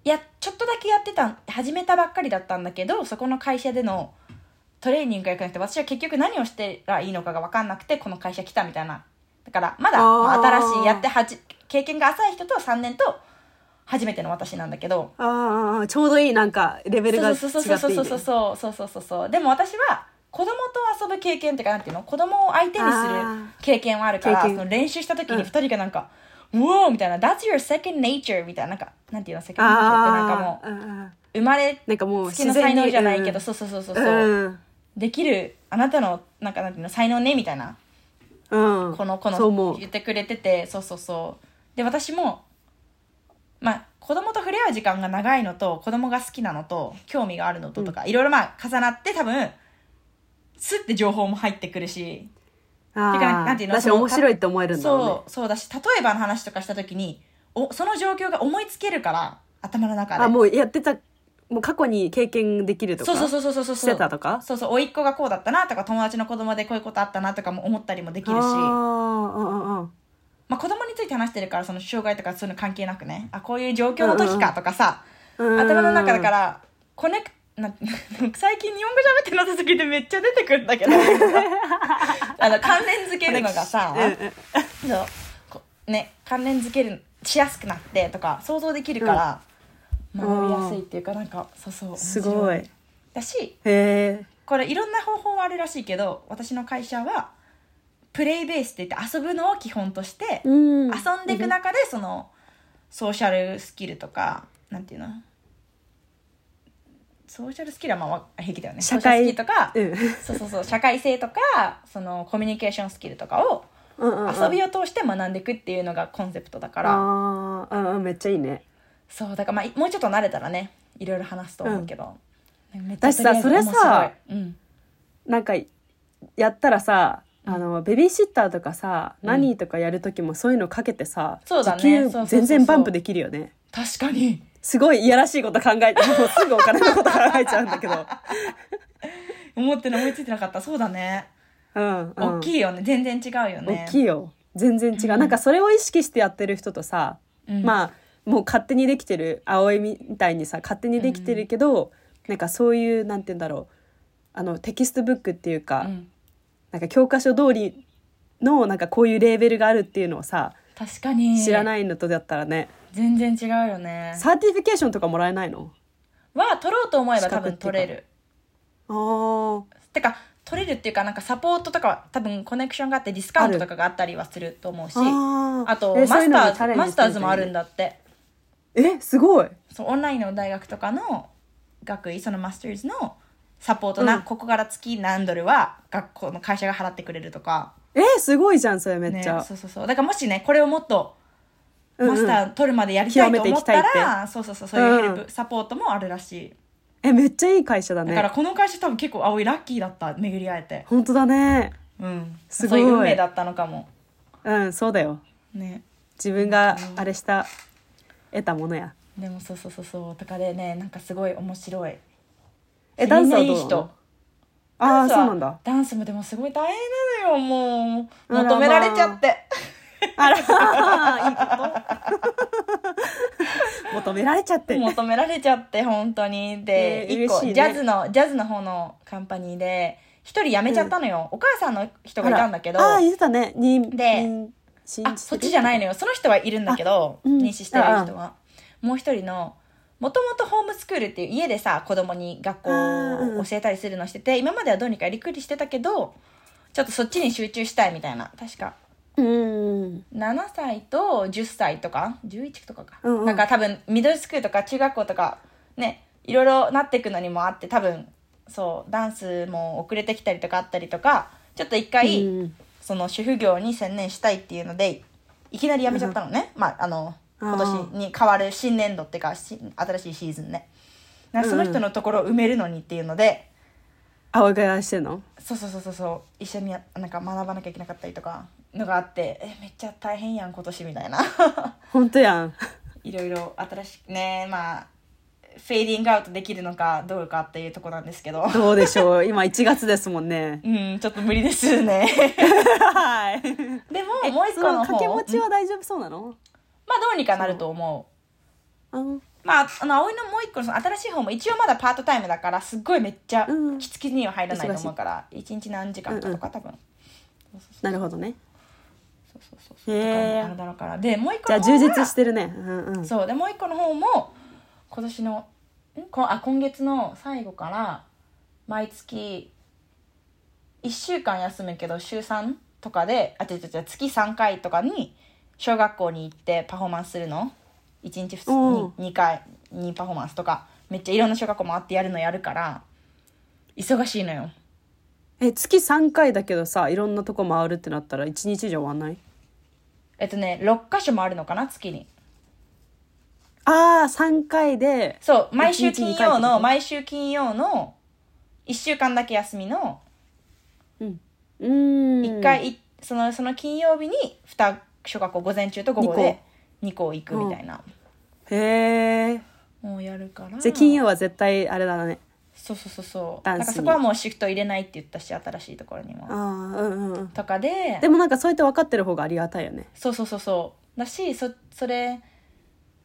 S1: いやちょっとだけやってた始めたばっかりだったんだけどそこの会社でのトレーニングが良くなくて私は結局何をしてらいいのかが分かんなくてこの会社来たみたいなだからまだ
S2: あー
S1: まあ新しいやってはじ経験が浅い人と3年と初めての私なんだけど
S2: あーあーちょうどいいなんかレベルが違って
S1: そ
S2: いうい
S1: そうそうそうそうそう
S2: ね
S1: そうそうそうそうそうでも私は子供と遊ぶ経験っていうかなんていうの子供を相手にする経験はあるから
S2: 経
S1: そ
S2: 験
S1: の練習した時
S2: うん
S1: に2人がなんか「うおー!」みたいな「That's your second nature」みたいななんかなんていうの second nature ってなんか
S2: あ
S1: も
S2: あ
S1: う
S2: うんうん
S1: 生まれ
S2: なんかもう
S1: つき
S2: 自
S1: の
S2: 然
S1: 才
S2: に
S1: 能じゃないけ
S2: う
S1: ど
S2: ん
S1: そうそうそうそう
S2: う
S1: そうんできるあなたのなんかなんていうの才能ねみたいな
S2: うん
S1: このこ
S2: そう思
S1: の
S2: う
S1: 言ってくれててそうそうそうで私もまあ子供と触れ合う時間が長いのと子供が好きなのと興味があるのととか、いろいろまあ重なって多分スッて情報も入ってくるしていうかなんていうの
S2: 私
S1: その
S2: 面白いって思えるんだろうね
S1: そうそうだし例えばの話とかした時におその状況が思いつけるから頭の中で
S2: あもうやってたもう過去に経験できるとか
S1: そうそうそうそうそうそう
S2: してたとか
S1: そうそう甥っ子がこうだったなとか友達の子供でこういうことあったなとかも思ったりもできるし
S2: あーうんうんうん
S1: まあ、子供について話してるからその障害とかそういうの関係なくねあこういう状況の時かとかさ、
S2: うん
S1: 頭の中だからコネクな最近日本語喋ってなさすぎてめっちゃ出てくるん だけどあの関連づけるのがさ、
S2: うんうん
S1: そうこね関連づけるしやすくなってとか想像できるから、学びやすいっていうかなんかそうそう面白
S2: すごいへ
S1: だし
S2: え
S1: これいろんな方法はあるらしいけど私の会社はプレイベースって言って遊ぶのを基本として、
S2: うん
S1: 遊んでいく中でそのソーシャルスキルとかなんていうのソーシャルスキルはまあわ平気だよね
S2: 社会
S1: ソーシャルスキルとか、
S2: うん
S1: そうそうそう社会性とかそのコミュニケーションスキルとかを
S2: うんうんうん
S1: 遊びを通して学んでいくっていうのがコンセプトだから、
S2: あーうんうんめっちゃいいね
S1: そうだからまあいもうちょっと慣れたらねいろいろ話すと思うけど、めっ
S2: だしさ
S1: とりあえず
S2: それさ
S1: 面白いうん、
S2: なんかやったらさあのベビーシッターとかさ、
S1: うん
S2: ナニーとかやる時もそういうのかけてさ、
S1: そうだねそうそうそう
S2: 時給全然バンプできるよね
S1: 確かに
S2: すごいいやらしいこと考 えてもうすぐお金のこと考えちゃうんだけど、
S1: 思ってる思いついてなかったそうだね、
S2: うんうん、
S1: 大きいよね全然違うよね
S2: 大きいよ全然違う、なんかそれを意識してやってる人とさ、
S1: うん
S2: まあもう勝手にできてる葵みたいにさ勝手にできてるけど、なんかそういうなんて言うんだろうあのテキストブックっていうか、
S1: うん
S2: なんか教科書通りのなんかこういうレーベルがあるっていうのをさ
S1: 確かに
S2: 知ら
S1: い
S2: ないのとだったらね、
S1: 全然違うよね
S2: サーティフィケーションとかもらえないの
S1: は取ろうと思えば多分
S2: 資格
S1: 取
S2: ってい
S1: れ
S2: うか
S1: る
S2: あ
S1: てか取れるっていうかなんかサポートとかは多分コネクションがあってディスカウントとかがあったりはすると思うしあ
S2: あ
S1: と
S2: え
S1: マ
S2: そうい
S1: スタ
S2: うの
S1: ー
S2: に
S1: ズ
S2: チャレンジしてみたいね
S1: マスターズもあるんだって
S2: えすごい
S1: そうオンラインの大学とかの学位そのマスターズのサポートな、
S2: うん
S1: ここから月何ドルは学校の会社が払ってくれるとか、
S2: えすごいじゃんそれめっ
S1: ね、
S2: ちゃ、
S1: そうそうそうだからもしねこれをもっと
S2: うんうん
S1: マスター取るまでやりたいと思った
S2: 極めていき
S1: ら、
S2: た
S1: そうそうそうそういうヘルプ、
S2: うん
S1: サポートもあるらしい
S2: えめっちゃいい会社だ
S1: だから
S2: ね
S1: この会社多分結構葵ラッキーだった巡り会えて
S2: 本当だね
S1: うん
S2: すごい
S1: そういう運命だったのかも
S2: うんそうだよ
S1: ね
S2: 自分があれした得たものや
S1: でもそうそうそうそうとかでねなんかすごい面白い
S2: えダンスは
S1: みん
S2: ど
S1: な
S2: う
S1: いい人
S2: ああ
S1: ダンス
S2: そ
S1: は
S2: うなんだ
S1: ダンスもでもすごい大変なのよもう
S2: あらまあ
S1: 求められちゃって
S2: あら いいこと求められちゃって
S1: 求められちゃって本当にで
S2: えー
S1: 一個、
S2: 嬉しいね
S1: ジャズのジャズの方のカンパニーで一人辞めちゃったのよ、お母さんの人がいたんだけど
S2: あらあー
S1: あ
S2: 言ってたね妊
S1: で
S2: 妊娠
S1: そっちじゃないいのよその人はいるんだけど、
S2: うん
S1: 妊娠してる人は、もう一人のもともとホームスクールっていう家でさ子供に学校
S2: あーう
S1: を
S2: ん
S1: 教えたりするのしてて、今まではどうにかやりくりしてたけどちょっとそっちに集中したいみたいな確か
S2: うん
S1: 7歳と10歳とか11とかか、
S2: うんうん
S1: なんか多分ミドルスクールとか中学校とかねいろいろなっていくのにもあって多分そうダンスも遅れてきたりとかあったりとかちょっと一回、
S2: うん
S1: その主婦業に専念したいっていうのでいきなり辞めちゃったのね、まああの
S2: あー
S1: 今年に変わる新年度っていうかし新しいシーズンねなんかその人のところを埋めるのにっていうので、
S2: 青がやしてんの
S1: そうそうそうそうそう一緒にやなんか学ばなきゃいけなかったりとかのがあってえめっちゃ大変やん今年みたいな
S2: 本当やん
S1: いろいろ新しくねまあフェーディングアウトできるのかどうかっていうとこなんですけど
S2: どうでしょ う今1月ですもんね
S1: うんちょっと無理です ね
S2: はい
S1: でももう一個の方
S2: 掛け持ち
S1: まあ
S2: は大丈夫そうなの
S1: どうにかなると思う
S2: あの
S1: まあ、あの葵のもう一個のその新しい方も一応まだパートタイムだからすっごいめっちゃ
S2: うん
S1: きつきには入らないと思うから一、日何時間かとか多分、
S2: なるほどね
S1: そうそうそうそう
S2: へ
S1: と
S2: え
S1: かもあるだろうからでもう一個
S2: じゃあ
S1: の
S2: 充
S1: 方
S2: 実
S1: が
S2: してるねうんうん
S1: そうでもう一個の方も今年のんこあ今月の最後から毎月1週間休むけど週3とかであ違う違う違う月3回とかに小学校に行ってパフォーマンスするの1日
S2: う
S1: 2
S2: ん
S1: 回にパフォーマンスとかめっちゃいろんな小学校回ってやるのやるから忙しいのよ
S2: え月3回だけどさいろんなとこ回るってなったら1日じゃ終わんない
S1: えっとね6箇所もあるのかな月に
S2: ああ3回で
S1: そう毎週
S2: 一日
S1: 金
S2: 二回っ
S1: 曜
S2: てこと
S1: の毎週金曜の1週間だけ休みの
S2: うんうーん
S1: 一回行っそのその金曜日に2小学校午前中と午後で2校行くみたいな、
S2: へえ
S1: もうやるから
S2: じゃあ金曜は絶対あれだね
S1: そうそうそうそう
S2: ダ
S1: な
S2: ン
S1: ん
S2: ス
S1: か
S2: に
S1: そこはもうシフト入れないって言ったし新しいところに
S2: ああ
S1: も
S2: うんうん
S1: とかで
S2: でもなんかそうやって分かってる方がありがたいよね
S1: そうそうそうそうだしそそれ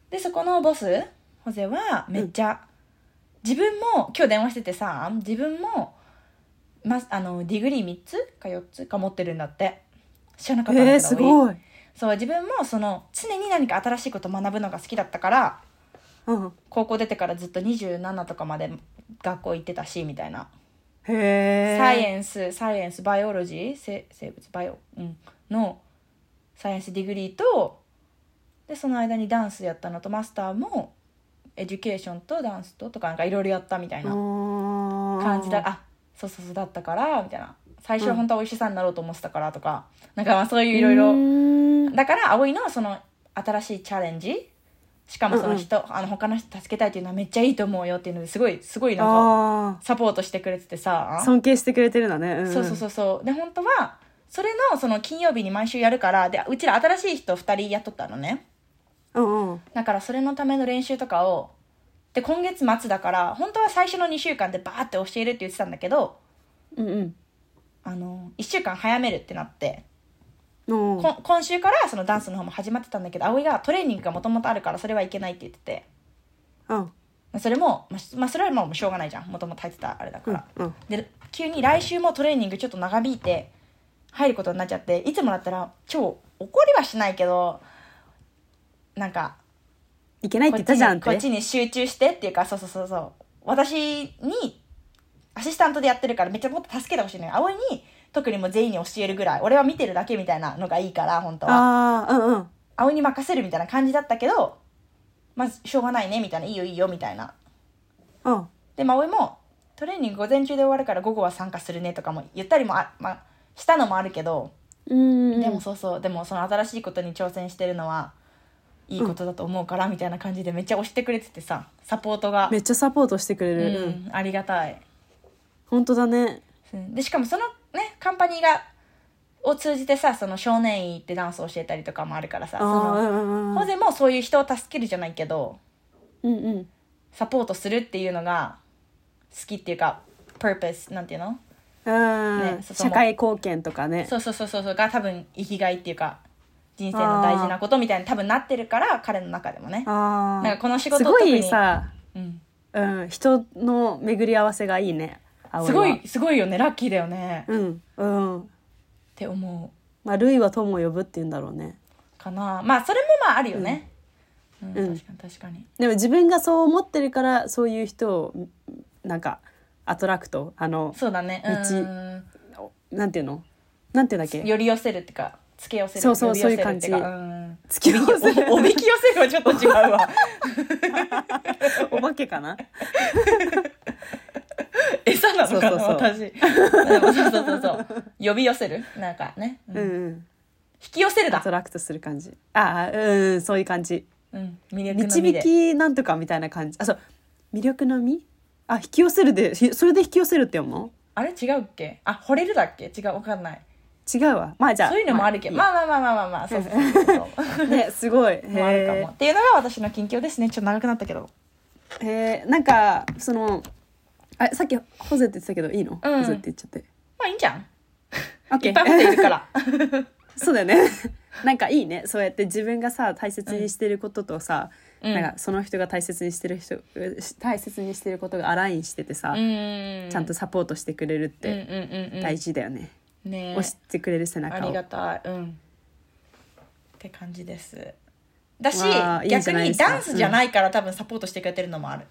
S1: でそこのボスホゼはめっちゃ、自分も今日電話しててさ自分も、ま、あのディグリー3つか4つか持ってるんだって知らなかったんだけ
S2: え
S1: ど、
S2: ー、すごい、
S1: そう自分もその常に何か新しいこと学ぶのが好きだったから
S2: うん、
S1: 高校出てからずっと27とかまで学校行ってたしみたいな、
S2: へ
S1: サイ
S2: え
S1: エンスサイエンスバイオロジーせ生物バイオ、うん、のサイエンスディグリーとでその間にダンスやったのとマスターもエデュケーションとダンスととかなんかいろいろやったみたいな感
S2: 感
S1: じだ、あそうそうそうだったからみたいな最初は本当はお医者さんになろうと思ってたからとか、なんかまあそういういろいろ。
S2: ろ
S1: だから葵のその新しいチャレンジしかもその人、あの他の人助けたいっていうのはめっちゃいいと思うよっていうのですごいすごいなんか
S2: あ
S1: サポートしてくれててさ
S2: あ尊敬してくれてるんだね、んん
S1: そうそうそうそうで本当はそれのその金曜日に毎週やるからでうちら新しい人2人雇ったのね
S2: うんうん
S1: だからそれのための練習とかをで今月末だから本当は最初の2週間でバーって教えるって言ってたんだけど
S2: うんうん
S1: あの1週間早めるってなって
S2: うん
S1: こん今週からそのダンスの方も始まってたんだけど葵がトレーニングがもともとあるからそれはいけないって言ってて。
S2: うん
S1: それも、まあしまあ、それはもうしょうがないじゃんもともと入ってたあれだから、
S2: うん
S1: で急に来週もトレーニングちょっと長引いて入ることになっちゃっていつもだったら超怒りはしないけどなんか
S2: いけないって
S1: こっ
S2: 言っ
S1: ち
S2: たじゃんっ
S1: に
S2: て
S1: こっちに集中してっていうかそうそうそうそう私にアシスタントでやってるからめっちゃもっと助けてほしいのよ葵に特にもう全員に教えるぐらい俺は見てるだけみたいなのがいいから本当は
S2: ああうんうん
S1: 葵に任せるみたいな感じだったけどまずしょうがないねみたいないいよいいよみたいな
S2: うん
S1: で、まあ、俺もトレーニング午前中で終わるから午後は参加するねとかも言ったりもあ、まあ、したのもあるけど、
S2: うんうん
S1: でもそうそうでもその新しいことに挑戦してるのはいいことだと思うからみたいな感じでめっちゃ押してくれててさサポートが
S2: め、っちゃサポートしてくれ
S1: う
S2: る、うん、
S1: ん、ありがたい
S2: 本当だね
S1: うんでしかもそのねカンパニーがを通じてさその少年院行ってダンスを教えたりとかもあるからさそ
S2: ああう
S1: の
S2: んうん
S1: 当然もうそういう人を助けるじゃないけど
S2: うんうんうん
S1: サポートするっていうのが好きっていうか purpose なんていうの
S2: うん
S1: ねそうそう
S2: 社会貢献とかね
S1: そうそうそうそうそうが多分生きがいっていうか人生の大事なことみたいに多分なってるから彼の中でもねな
S2: あ
S1: んか
S2: あ
S1: この仕事
S2: すご
S1: 特に
S2: いさ、
S1: うん、
S2: うん、人の巡り合わせがいいね葵は
S1: すごいすごいよねラッキーだよね、っ
S2: うんうん
S1: て思
S2: まあ類は友を呼ぶって言うんだろうね
S1: うかなまあそれもまああるよね、うん
S2: うん
S1: 確かに確かに
S2: でも自分がそう思ってるからそういう人をなんかアトラクトあの
S1: そうだね
S2: 道
S1: うん
S2: なんていうのなんていうんだっけ
S1: 寄り寄せるっていうかつけ寄せる
S2: そうそう
S1: 寄り寄せるって
S2: そういう感
S1: う
S2: 付き合わせ
S1: かうんおおびき寄せるはちょっと違う わ
S2: お化けかな
S1: 餌なのかな
S2: そうそう
S1: 私で もそうそうそうそう呼び寄せるなんかね、うん
S2: う
S1: 引
S2: んうん
S1: き寄せる
S2: ア
S1: だ
S2: ト、ラクトする感じああうんそういう感じ
S1: うん、魅力の実
S2: 導
S1: で
S2: きなんとかみたいな感じあそう魅力の実あ引き寄せるでひそれで引き寄せるって読むの
S1: あれ違うっけあ惚れるだっけ違うわかんない
S2: 違うわまあじゃあ
S1: そういうのもあるけど、
S2: ま
S1: まあ、まあまあまあまあまあそうそうそうそう
S2: あいいねすごいへ
S1: もあるかもっていうのが私の近況ですねちょっと長くなったけど
S2: えへえなんかそのあさっきホゼって言ってたけどいいの、
S1: うん
S2: ホゼって言っちゃって
S1: まあいいんじゃん
S2: オッ
S1: い
S2: ケ
S1: っぱい持ってい
S2: ー
S1: る から
S2: そうだよね なんかいいねそうやって自分がさ大切にしてることとさ、
S1: うん
S2: なんかその人が大切にしてる人し大切にしてることがアラインしててさ、
S1: うん
S2: ちゃんとサポートしてくれるっ
S1: うんうん
S2: て
S1: うんうん
S2: 大事だよね、
S1: ね
S2: 押してくれる背
S1: あ
S2: 中を
S1: りがたいうんって感じですだし
S2: わあいいじ
S1: 逆
S2: ゃない
S1: に
S2: ですか
S1: ダンスじゃないから、多分サポートしてくれてるのもある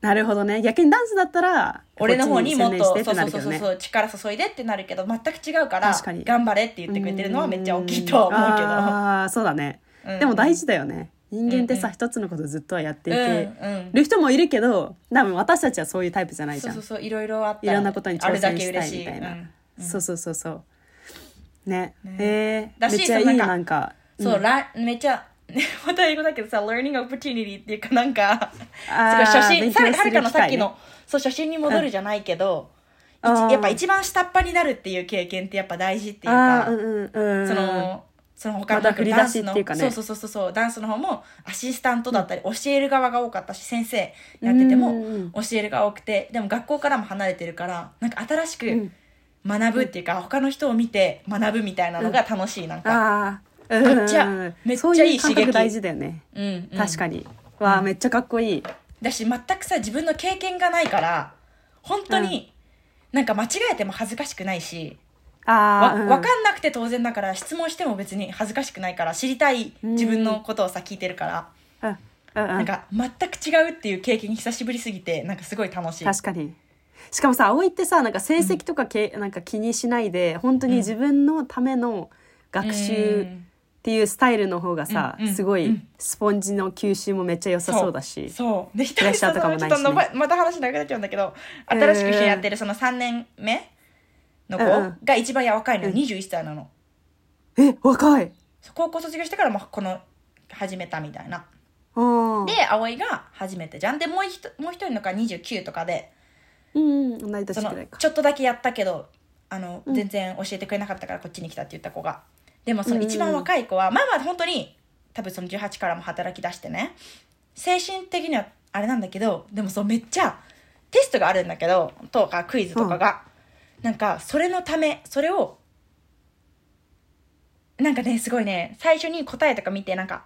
S2: なるほどね逆にダンスだったら
S1: 俺の方にもっと
S2: こち
S1: そう
S2: 専
S1: そ
S2: 念
S1: う
S2: して
S1: そう
S2: ってな
S1: そうそ
S2: るけどね
S1: う力注いでってなるけど全く違うから
S2: 確かに
S1: 頑張れって言ってくれてるのはめっちゃ大きいとは思うけど
S2: ああそうだね、
S1: うん
S2: でも大事だよね人間ってさ、
S1: うん
S2: 一つのことずっとはやっていけ
S1: うんうん
S2: る人もいるけど多分私たちはそういうタイプじゃないじ
S1: そう
S2: ゃん
S1: そうそういろいろあった
S2: いろんなことに挑戦し
S1: あ
S2: たいみたい
S1: れ
S2: な
S1: だけ嬉しいうん
S2: そうそうそうそうね
S1: ね
S2: えー
S1: だし
S2: めっちゃいい
S1: そのなんか
S2: なんか
S1: そう、らめっちゃ また英語だけどさ learning opportunity っていうかなんかすごい
S2: あー
S1: 初心
S2: 勉
S1: さ
S2: 強する
S1: はるかの
S2: 機会
S1: さっ
S2: ね
S1: きの、そう初心に戻るじゃないけど、い
S2: あー
S1: やっぱ一番下っ端になるっていう経験ってやっぱ大事っていう
S2: あ
S1: か、
S2: ーうんうんうん
S1: その、その他
S2: また
S1: の
S2: 振り出
S1: ダンス
S2: し
S1: の
S2: っていうかね
S1: そうそうそうそうダンスの方もアシスタントだったり、教える側が多かったし先生やってて
S2: うんう
S1: も
S2: ん
S1: 教えるが多くてでも学校からも離れてるからなんか新しく
S2: ん
S1: 学ぶっていうか、他の人を見て学ぶみたいなのが楽しいなんか、
S2: ああーうん
S1: めっちゃ
S2: うん
S1: めっちゃ
S2: そうう
S1: いい刺激
S2: 感覚大事だよね、
S1: うんうん
S2: 確かにわあめっちゃかっこいい
S1: だし全くさ自分の経験がないから本当に、なんか間違えても恥ずかしくないしわ
S2: あーうん
S1: わかんなくて当然だから質問しても別に恥ずかしくないから知りたい自分のことをさ聞いてるから、
S2: うんうんう
S1: なん
S2: ん
S1: か全く違うっていう経験久しぶりすぎてなんかすごい楽しい
S2: 確かにしかもさ葵ってさなんか成績とかけ、なんか気にしないで本当に自分のための学習っていうスタイルの方がさ、
S1: うんうん
S2: すご
S1: う
S2: い
S1: ん
S2: スポンジの吸収もめっちゃ良さそうだし
S1: そうで一
S2: プレ
S1: 人
S2: ッシャーとかもないしね
S1: そのちょっとのばまた話長くなっちゃうんだけど新しく一緒にやってるその3年目の子
S2: うんうん
S1: が一番や若いのよ
S2: うん
S1: 21歳なの、
S2: え若い
S1: そう高校卒業してからもこの始めたみたいな
S2: うん
S1: で葵が初めてじゃんでもう一もう一人の子は29とかで
S2: うんうん同い
S1: そ
S2: 年
S1: の
S2: くらいか
S1: ちょっとだけやったけどあの、
S2: うん
S1: 全然教えてくれなかったからこっちに来たって言った子がでもその
S2: うんうん
S1: 一番若い子は、まあまあ本当に多分その18からも働き出してね精神的にはあれなんだけどでもそうめっちゃテストがあるんだけどとかクイズとかが、なんかそれのためそれをなんかねすごいね最初に答えとか見てなんか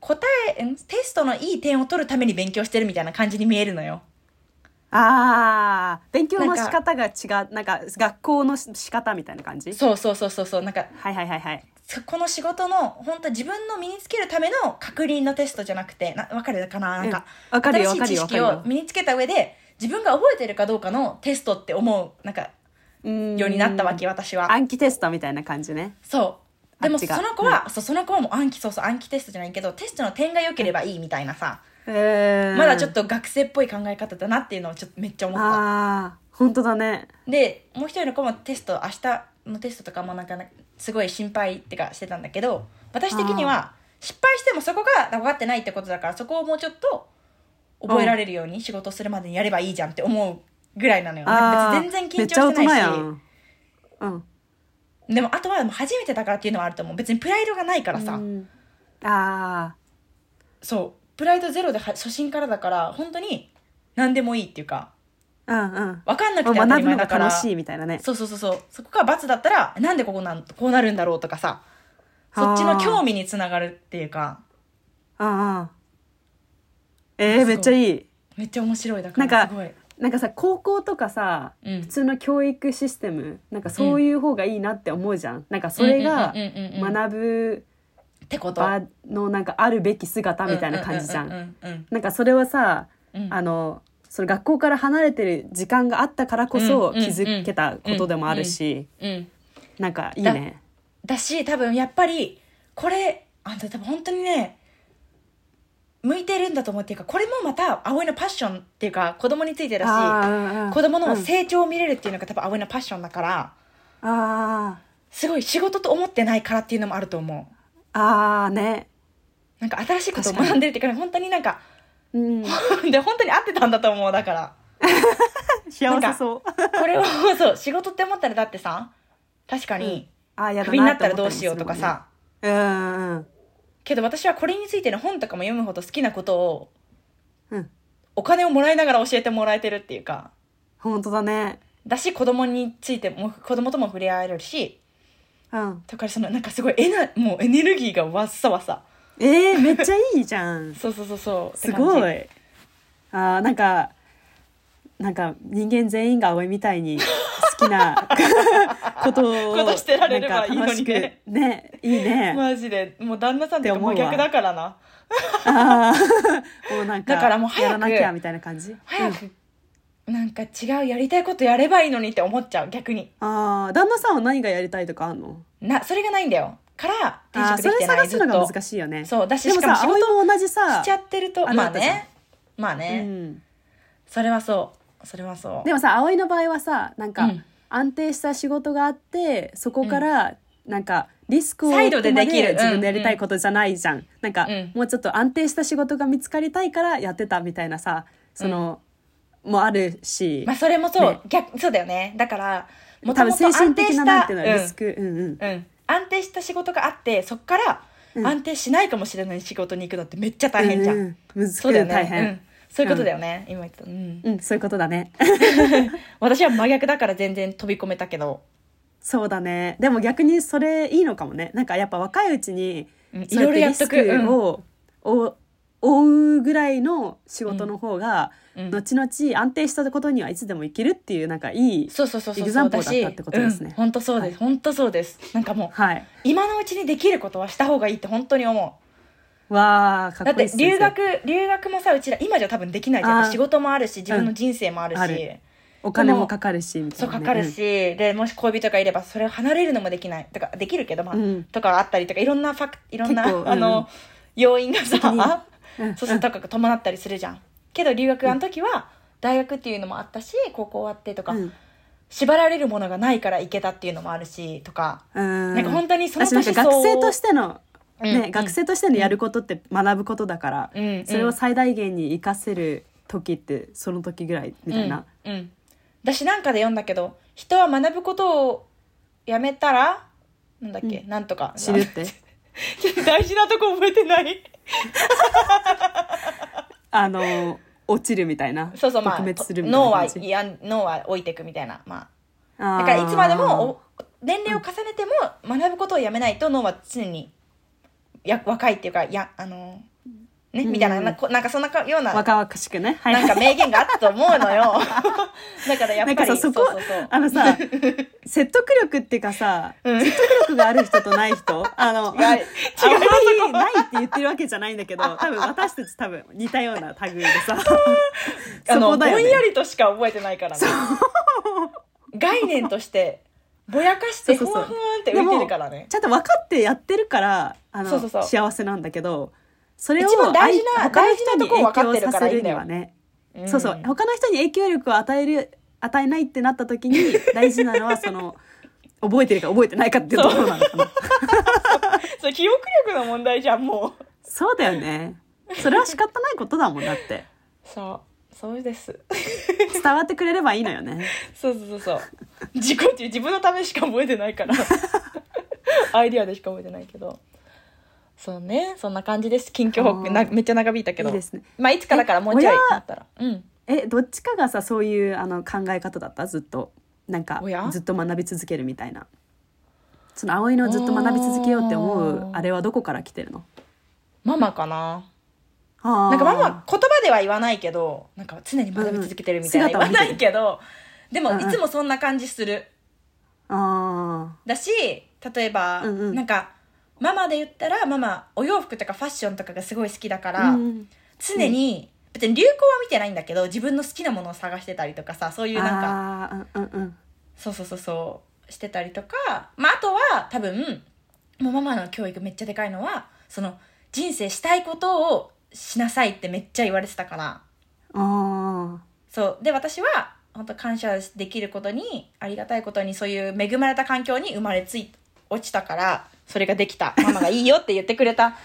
S1: 答えんテストのいい点を取るために勉強してるみたいな感じに見えるのよ。
S2: ああ勉強の
S1: なん
S2: 仕
S1: か
S2: 方が違うなんか学校のし仕方みたいな感じ
S1: そうそうそうそうそうなんか
S2: はいはいはいはい
S1: そこの仕事の本当自分の身につけるための確認のテストじゃなくてな分かるかななんか,、
S2: うんわかるよ
S1: 新しい知識
S2: わかるよわ
S1: を
S2: かる
S1: 身につけた上で自分が覚えてるかどうかのテストって思うなんかよ
S2: よ
S1: うになったわけ私は
S2: 暗記テストみたいな感じね
S1: そうでも
S2: あ違
S1: そうの子は、そうその子はもう暗記そうそう暗記テストじゃないけどテストの点が良ければいいみたいなさ、ま
S2: ま
S1: だちょっと学生っぽい考え方だなっていうのをちょっとめっちゃ思った
S2: ああ本当だね
S1: でもう一人の子もテスト明日のテストとかもなんかなすごい心配ってかしてたんだけど私的には失敗してもそこが分かってないってことだからそこをもうちょっと覚えられるように仕事するまでにやればいいじゃんって思うぐらいなのよ、ね、
S2: あー
S1: 別に全然緊張して
S2: めっ
S1: ない
S2: ちゃ
S1: し
S2: 大人やん
S1: でもあとはもう初めてだからっていうのはあると思う別にプライドがないからさ、
S2: うんうんあ
S1: そうプライドゼロでは初心からだから本当に何でもいいっていうか
S2: あうんうん
S1: 分かんな
S2: ま
S1: くて
S2: あ
S1: 当た
S2: 学
S1: り前
S2: ぶのが
S1: だから
S2: 楽しいみたいなね
S1: そうそうそうそうそこが罰だったらなんでここなんこうなるんだろうとかさそっちの興味につながるっていうか
S2: うんうんえー、めっちゃいい
S1: めっちゃ面白いだから
S2: なんか
S1: すごい、
S2: なんかさ高校とかさ、
S1: うん
S2: 普通の教育システムなんかそういう方がいいなって思うじゃん、なんかそれが
S1: うんうんうんうんうん
S2: 学ぶ
S1: ってこと
S2: 場のなんかあるべき姿みたいな感じじゃ
S1: うんうんんうん
S2: なんかそれはさ
S1: うんうん
S2: あのその学校から離れてる時間があったからこそ
S1: うん
S2: 気づけたことでもあるし、
S1: うんうん
S2: なんかいいね。
S1: だし多分やっぱりこれあんた多分本当にね向いてるんだと思うっていうかこれもまた葵のパッションっていうか子供についてだし子供の成長を見れるっていうのが多分葵のパッションだから
S2: あーあ
S1: すごい仕事と思ってないからっていうのもあると思う
S2: ーあーね、
S1: なんか新しいことを
S2: 確かに
S1: 学んでるっていうから本当になんか
S2: うん、
S1: で本当に合ってたんだと思うだから
S2: 幸せそう。
S1: これを そう仕事って思ったらだってさ確かに
S2: あーやだ
S1: クビになったらどうしようとかさ、
S2: って思ったりもするもんね。
S1: けど私はこれについての本とかも読むほど好きなことを
S2: うんうんうん
S1: お金をもらいながら教えてもらえてるっていうか
S2: 本当だね。
S1: だし子供についても子供とも触れ合えるし
S2: うん、
S1: だからそのなんかすごいエナもうエネルギーがわっさわさ。
S2: えー、めっちゃいいじゃん
S1: そうそうそうそう
S2: すご
S1: って感じ
S2: い。あーなんかなんか人間全員が葵みたいに好 きなことを
S1: ことしてられればいいのにね
S2: なんか楽しくねいいね。
S1: マジでもう旦那さんとか
S2: って思う
S1: 真
S2: わ
S1: 逆だからな
S2: ああもうなんか
S1: だからもう早く
S2: やらなきゃみたいな感じ
S1: 早く、なんか違うやりたいことやればいいのにって思っちゃう逆に
S2: ああ旦那さんは何がやりたいとかあんの
S1: なそれがないんだよから転
S2: あー
S1: 職
S2: そ
S1: でき
S2: れ
S1: てない
S2: 探すのが
S1: ずっ
S2: 難しいよね
S1: とそうだし
S2: でも
S1: しかも
S2: さ
S1: 仕
S2: 葵
S1: 事
S2: も同じさ
S1: しちゃってると
S2: あ
S1: まあ
S2: なたじゃん
S1: ねまあね、
S2: うん
S1: それはそうそれはそう
S2: でもさ葵の場合はさなん
S1: う
S2: か
S1: ん
S2: 安定した仕事があってそこからなんかリスクを
S1: サイドでできる
S2: 負ってま自分でやりたいことじゃないじゃん、なんか
S1: うん
S2: もうちょっと安定した仕事が見つかりたいからやってたみたいなさその、もあるし
S1: まあ、それもそう、
S2: ね
S1: 逆そうだよねだからも
S2: 多分精神的ななんていうのはリ
S1: 安
S2: スク、うんうん
S1: うんうん、安定した仕事があってそっから
S2: うん
S1: 安定しないかもしれない仕事に行くのってめっちゃ大変じゃん、
S2: うんうん、難し
S1: そうだよ
S2: い
S1: ね
S2: 大
S1: う
S2: 変
S1: ん、そういうことだよね、今言ってた、うん、
S2: うん、そういうことだね
S1: 私は真逆だから全然飛び込めたけど、
S2: そうだねでも逆にそれいいのかもねなんかやっぱ若いうちに
S1: うん、いろいろやっとく、
S2: そうやってリ
S1: う
S2: スク
S1: ん
S2: を、お負うぐらいの仕事の方が、
S1: うん
S2: 後々安定したことにはいつでもいけるっていうなんかいい
S1: そうそうそうそう
S2: エグザンポ
S1: だ
S2: ーだっ
S1: した
S2: ってことですね
S1: うん、本当そうです、
S2: はい
S1: 本当そうですなんかもう
S2: はい
S1: 今のうちにできることはした方がいいって本当に思
S2: わあ
S1: う
S2: か
S1: だ
S2: っ
S1: っ
S2: こいい
S1: て
S2: っすね
S1: 留学留学もさうちら今じゃ多分できないじゃん
S2: あー
S1: やっぱ仕事もあるし自分の人生もあるし、
S2: あるお金もかかるしみた
S1: そ
S2: いうなね、
S1: かかるし、でもし恋人がいればそれを離れるのもできないとかできるけどまあ、
S2: うん
S1: とかあったりとかいろんなファクいろんな、
S2: 結構うん
S1: あの要因が
S2: 責任
S1: さ
S2: うん、うん
S1: そうするとか伴ったりするじゃんけど留学の時は大学っていうのもあったし高校終わってとか、
S2: うん
S1: 縛られるものがないから行けたっていうのもあるしとか、
S2: うん
S1: なんか本当にその
S2: 私なんか
S1: 年相
S2: 学
S1: 応
S2: 生としての、ね
S1: うん
S2: 学生としてのやることって学ぶことだから、
S1: うん
S2: それを最大限に活かせる時ってその時ぐらいみたいな、
S1: うん、うん、私なんかで読んだけど人は学ぶことをやめたらなんだっけ、
S2: う
S1: なんとか
S2: 知るって
S1: ちょっと 大事なとこ覚えてない
S2: あの落ちるみたいな
S1: そうそうまあ
S2: 撲滅するみたい
S1: 脳
S2: な
S1: は
S2: 感
S1: い
S2: じ
S1: や脳は置いていくみたいなまあ
S2: だ
S1: だからいつまでもお年齢を重ねても学ぶことをやめないと脳は常にや若いっていうかやあのねみたいな、
S2: うん
S1: なこなんかそんなかような
S2: 若々しくね、はい、
S1: なんか名言があったと思うの よだからやっ
S2: なん
S1: ぱ
S2: か
S1: り
S2: さそこ
S1: そうそう
S2: あ のさ説得力っていうかさ、
S1: うん
S2: 説得力がある人とない人あ の
S1: 違う違う
S2: あんまりないって言ってるわけじゃないんだけ ど多分私たち多分似たような類でさ
S1: あ
S2: そ
S1: の
S2: こだよ
S1: ぼんや
S2: ね
S1: りとしか覚えてないからね概念としてぼやかして
S2: そ
S1: ふ
S2: うそうそ
S1: わ
S2: う
S1: ふわって浮いてるからね
S2: ちゃんと分かってやってるからあの
S1: そうそうそう
S2: 幸せなんだけどそれを
S1: 一番大事な
S2: あい他の
S1: 大
S2: 人
S1: 事な
S2: に
S1: とこを分かっ
S2: 影
S1: て
S2: 響
S1: る
S2: さ
S1: から
S2: せ
S1: いい
S2: る
S1: んだ
S2: に
S1: よ
S2: はね
S1: ん
S2: そうそう他の人に影響力を与える与えないってなった時に大事なのはその 覚えてるか覚えてないかっていうところなのかな
S1: それ記憶力の問題じゃんもう
S2: そうだよね。それは仕方ないことだもんだって。
S1: そうそうです
S2: 伝わってくれればいいのよね。
S1: そうそうそうそう自己中自分のためしか覚えてないからアイディアでしか覚えてないけどそうねそんな感じです近況報
S2: は
S1: 告
S2: ーい
S1: なめっちゃ長引いたけど
S2: いいですね
S1: まあいつかだからもうちょい
S2: え親
S1: だったらうん
S2: え、どっちかがさ、そういうあの考え方だったずっと。なんか
S1: おや、
S2: ずっと学び続けるみたいな。その葵のずっと学び続けようって思
S1: あ
S2: う
S1: ー
S2: あれはどこから来てるの
S1: ママかな
S2: あー
S1: なんかママは言葉では言わないけどなんか常に学び続けてるみたいな
S2: うん
S1: 言
S2: 姿
S1: わ
S2: を見てる
S1: ないけど、でも
S2: うんうん
S1: いつもそんな感じする
S2: あ
S1: だし例えば、
S2: うんうん
S1: なんかママで言ったらママお洋服とかファッションとかがすごい好きだか
S2: ー。
S1: ら、
S2: うん
S1: 常に別に流行は見てないんだけど自分の好きなものを探してたりとかさそういうなんか
S2: あーうんうんうん
S1: そうそうそうそうしてたりとか、まあ、あとは多分もうママの教育めっちゃでかいのはその人生したいことをしなさいってめっちゃ言われてたから。
S2: あ
S1: そうで私は本当感謝できることにありがたいことにそういう恵まれた環境に生まれつい落ちたからそれができたママがいいよって言ってくれた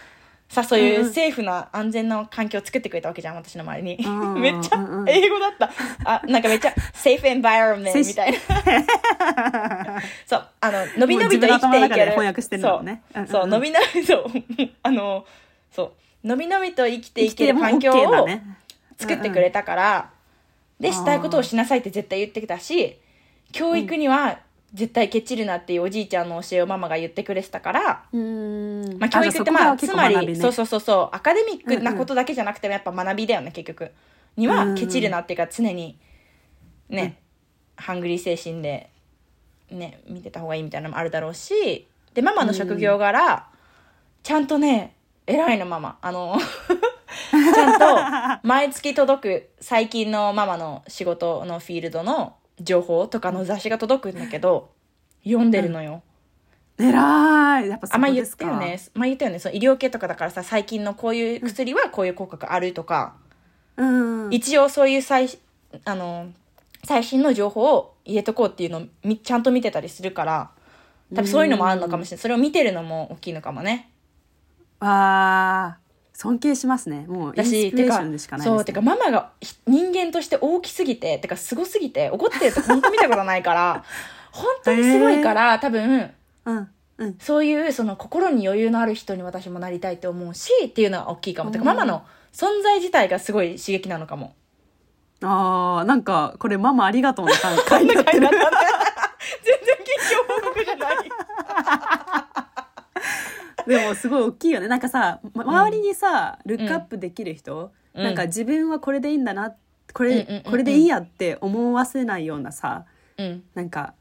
S1: さそうい
S2: うん
S1: う
S2: うん
S1: セーフな安全な環境を作ってくれたわけじゃん私の周りに
S2: う ん
S1: めっち
S2: うん
S1: ゃ
S2: うん
S1: 英語だったあなんかめっちゃセーフエンバイロメント
S2: Safe
S1: み たいなそうあの伸び伸びと
S2: もう
S1: 生
S2: 自分の
S1: き
S2: 頭の
S1: てい
S2: 中
S1: け
S2: で
S1: る
S2: 翻訳してるのね
S1: そう,、
S2: うんうんうん
S1: そう伸び伸びそう あのそう伸び伸びと生きていける
S2: も
S1: 環境
S2: OK だ
S1: を
S2: ね
S1: 作ってくれたから、
S2: あ
S1: で
S2: ー
S1: したいことをしなさいって絶対言ってきたし教育には絶対ケチるなっていうおじいちゃんの教えをママが言ってくれてたから、
S2: うん
S1: まあ、教育ってまあつまりそう
S2: う
S1: そうそうそうアカデミック
S2: う
S1: なん
S2: うん
S1: ことだけじゃなくてもやっぱ学びだよね結局に
S2: うんう
S1: は
S2: ん
S1: ケチるなっていうか常にね、ハングリー精神でね見てた方がいいみたいなのもあるだろうしでママの職業柄、ちゃんとね偉いのママあの ちゃん と毎月届く最近のママの仕事のフィールドの情報とかの雑誌が届くんだけど読んでるのよ、
S2: えらいやっぱそ
S1: あまあ
S2: こ
S1: 言
S2: で
S1: っ
S2: す
S1: た
S2: か
S1: よね。まあ言ったよね。その医療系とかだからさ、最近のこういう薬はこういう効果があるとか、
S2: うん
S1: 一応そういう最し、あの、最新の情報を入れとこうっていうのをみちゃんと見てたりするから、多分そういうのもあるのかもしれない。それを見てるのも大きいのかもね。
S2: わあ尊敬しますねもうイン
S1: 私
S2: スピレーションでしかないです、ね、
S1: そうてかママがひ人間として大きすぎててかすごすぎて怒ってるとこ本当見たことないから 本当にすごいから、多分
S2: うんうん
S1: そういうその心に余裕のある人に私もなりたいと思うしっていうのは大きいかもてか
S2: うん
S1: ママの存在自体がすごい刺激なのかも。
S2: あーなんかこれママありがとうの回回になって
S1: 全
S2: る
S1: 然 緊張報告じゃない。
S2: でもすごい大きいよねなんかさ、ま周りにさルックアップできる人、
S1: うん
S2: なんか自分はこれでいいんだなこ
S1: う
S2: れ,、
S1: んうんうんうん
S2: これでいいやって思わせないようなさ
S1: うん
S2: なんか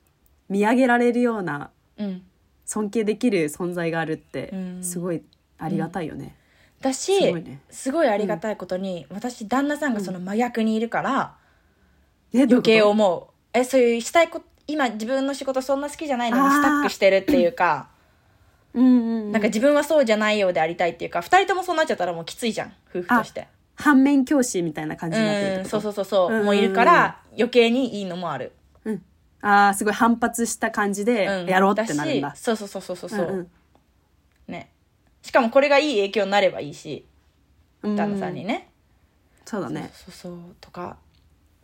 S2: 見上げられるような
S1: うん。
S2: 尊敬できる存在があるって
S1: うん
S2: すごいありがたいよね。
S1: だし
S2: すごいね
S1: すごいありがたいことに、私旦那さんがその真逆にいるから、
S2: えど
S1: 余
S2: ういうこと
S1: 計思うえそういうしたいこと今自分の仕事そんな好きじゃないの
S2: あ
S1: に
S2: ー
S1: スタックしてるっていうか、
S2: うんうんうん、
S1: なんか自分はそうじゃないようでありたいっていうか二人ともそうなっちゃったらもうきついじゃん夫婦として
S2: 反面教師みたいな感じになってるって
S1: うん
S2: こと
S1: そうそうそうそう
S2: うん
S1: もういるから余計にいいのもある、
S2: あーすごい反発した感じ
S1: うん、
S2: でやろうってなるんだ
S1: し。そうそうそうそうそう、
S2: うんうん
S1: ねしかもこれがいい影響になればいいし
S2: うん
S1: 旦那さんにね、
S2: そうだね
S1: そうそうそうとか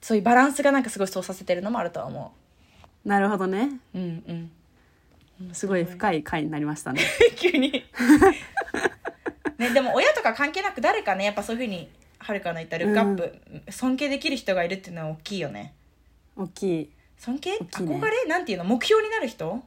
S1: そういうバランスがなんかすごいそうさせてるのもあるとは思
S2: なるほどね
S1: ううんうん
S2: すごい深い回になりましたね
S1: 急にねでも親とか関係なく誰かねやっぱそういうふうにはるかの言ったルックアップ、尊敬できる人がいるっていうのは大きいよね
S2: 大きい
S1: 尊敬、
S2: 大きいね
S1: 憧れなんていうの目標になる人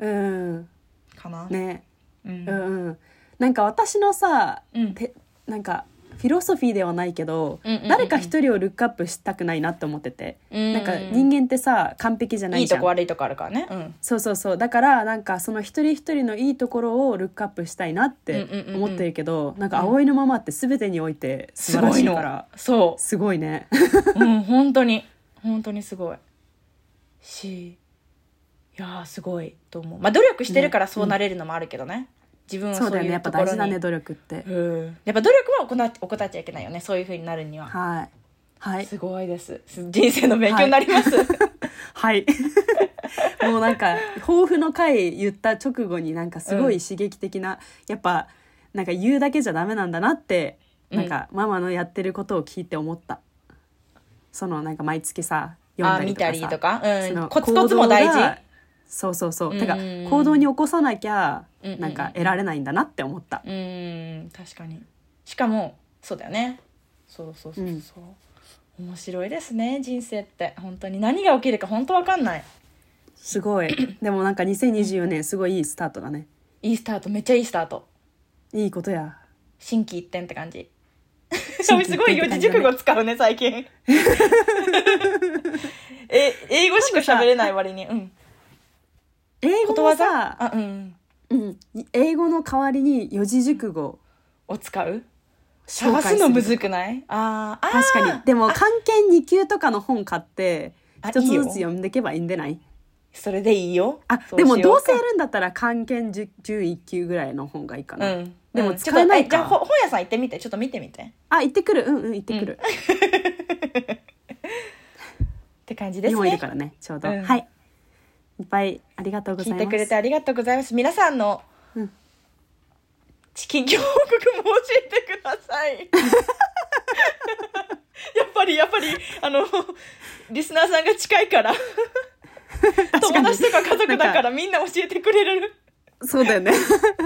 S2: うん
S1: かな、
S2: ね
S1: うん
S2: うんうんなんか私のさ、
S1: うん
S2: てなんかフィロソフィーではないけど、
S1: うんうんうんうん
S2: 誰か一人をルックアップしたくないなって思ってて、
S1: うん
S2: なんか人間ってさ完璧じゃないい
S1: い
S2: じ
S1: と
S2: ゃん
S1: こ悪いとこあるからねうん
S2: そうそうそうだからなんかその一人一人のいいところをルックアップしたいなって
S1: うんうんうんうん
S2: 思ってるけど、なんか葵のままって全てにおいて
S1: す
S2: 素晴ら
S1: ご
S2: し
S1: い
S2: い
S1: の
S2: から
S1: そ
S2: すごいね
S1: ううん本当に本当にすごいしいやーすごいと思うまあ努力してるからそうなれるのもあるけどね自分は
S2: そ
S1: そう
S2: だよ
S1: う
S2: ね
S1: い
S2: やっ
S1: う
S2: ぱ
S1: ところ
S2: 大
S1: に
S2: 事だね努力って、
S1: うんやっぱ努力は行怠っちゃいけないよねそういうふうになるには
S2: はいはい
S1: すごいです。す人生の勉強になります。
S2: はい もうなんか抱負の回言った直後になんかすごい刺激的な、やっぱなんか言うだけじゃダメなんだなって、
S1: うん
S2: なんかママのやってることを聞いて思ったそのなんか毎月さ読ん
S1: あ
S2: だり
S1: 見
S2: とか
S1: たりとか、う
S2: さそ
S1: ん、
S2: の
S1: コツコツも大
S2: 行動が
S1: 事。
S2: そうそうそう、
S1: うんうん
S2: てか
S1: うん
S2: 行動に起こさなきゃ
S1: うんうんうん
S2: なんか得られないんだなって思った、
S1: うん、確かに。しかも、そうだよね。そうそうそうそう。面白いですね人生って本当に何が起きるか本当わかんない
S2: すごい でもなんか2024年すごいいいスタートだね
S1: いいスタートめっちゃいいスタート
S2: いいことや
S1: 心機一転って感 じす
S2: 心機一
S1: ご
S2: 転
S1: い
S2: って感じ
S1: 四字
S2: だね
S1: 熟語使うね最 近 え英語しか喋れない割にうん
S2: 英
S1: こ
S2: 語
S1: と
S2: の
S1: わざ
S2: さ、
S1: あうん
S2: うん、英語の代わりに四字熟語
S1: を使う
S2: 紹
S1: 探
S2: 介
S1: す
S2: す
S1: の
S2: る
S1: むずくないあーあー
S2: 確かにでも漢検2級とかの本買って
S1: あ
S2: 一つ
S1: いいよ
S2: ずつ読んでけばいいんでない
S1: それでいいよ
S2: あ
S1: そ
S2: でも
S1: しよ
S2: どう
S1: か
S2: せやるんだったら漢検10 11級ぐらいの本がいいか
S1: う
S2: な、
S1: ん
S2: でも
S1: うん
S2: 使えない
S1: ちょっとえじゃあほ
S2: か、
S1: 本屋さん行ってみてちょっと見てみてっ
S2: あ行ってくるうんうん行ってくる、
S1: て感じです
S2: 日
S1: ね
S2: 本いるからねちょうど、
S1: うん
S2: はいいっぱいありがとうござい
S1: 聞い
S2: ます
S1: てくれてありがとうございます皆さんの
S2: うん
S1: 近況報告も教えてくださ いやっぱりやっぱりあのリスナーさんが近いから
S2: 確か
S1: 友
S2: に
S1: 達とか家族だから
S2: なん
S1: みんな教えてくれる
S2: そうだよね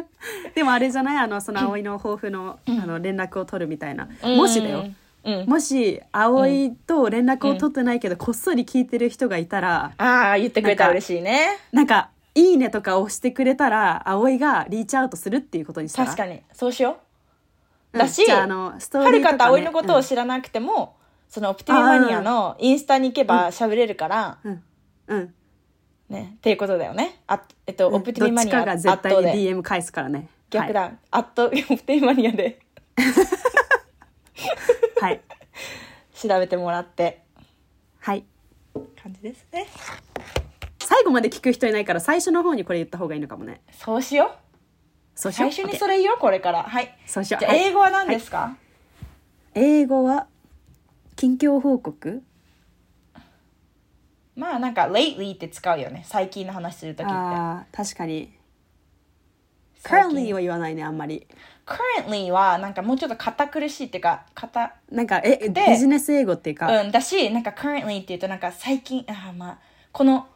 S2: でもあれじゃないあのその葵の抱負の,、あの連絡を取るみたいな、もしだよ、
S1: うん
S2: もし葵と連絡を取ってないけど、こっそり聞いてる人がいたら
S1: ああ言ってくれたら嬉しいね
S2: なんか「いいね」とか押してくれたら葵がリーチアウトするっていうことにしたら
S1: 確かにそうしよう、
S2: うん
S1: だし
S2: じゃああのストー
S1: は
S2: リー
S1: る
S2: とか、
S1: かと
S2: ね、
S1: 葵のこと
S2: う
S1: を
S2: ん
S1: 知らなくても、そのオプティミマニアのインスタに行けば喋れるから、
S2: うん、うん
S1: ね、っていうことだよね。あえっと、
S2: うん
S1: オプティミマニ
S2: ど
S1: ア
S2: っちかが
S1: ア
S2: 絶
S1: ッ
S2: 対
S1: ト
S2: に
S1: で、
S2: DM 返すからね
S1: 逆だ、アット、オプ ティミマニアで
S2: はいはい、
S1: 調べてもらって、
S2: はい
S1: 感じですね。
S2: 最後まで聞く人いないから最初の方にこれ言った方がいいのかもね
S1: そうしよ
S2: そう
S1: う。
S2: しよ
S1: 最
S2: う
S1: 初に
S2: OK
S1: それ言おう、これから。はい。
S2: そうしよう
S1: じゃあ、
S2: はい
S1: 英語は何ですか、
S2: 英語は近況報告
S1: まあ、なんか、lately って使うよね。最近の話するときって。
S2: あー確かに
S1: 最近
S2: currently は言わないねあんまり
S1: currently はなんかもうちょっと堅苦しいっていうか堅
S2: なんかえ
S1: で
S2: ビジネス英語っていうか、
S1: うんだしなんか currently っていうとなんか最近あーまあこの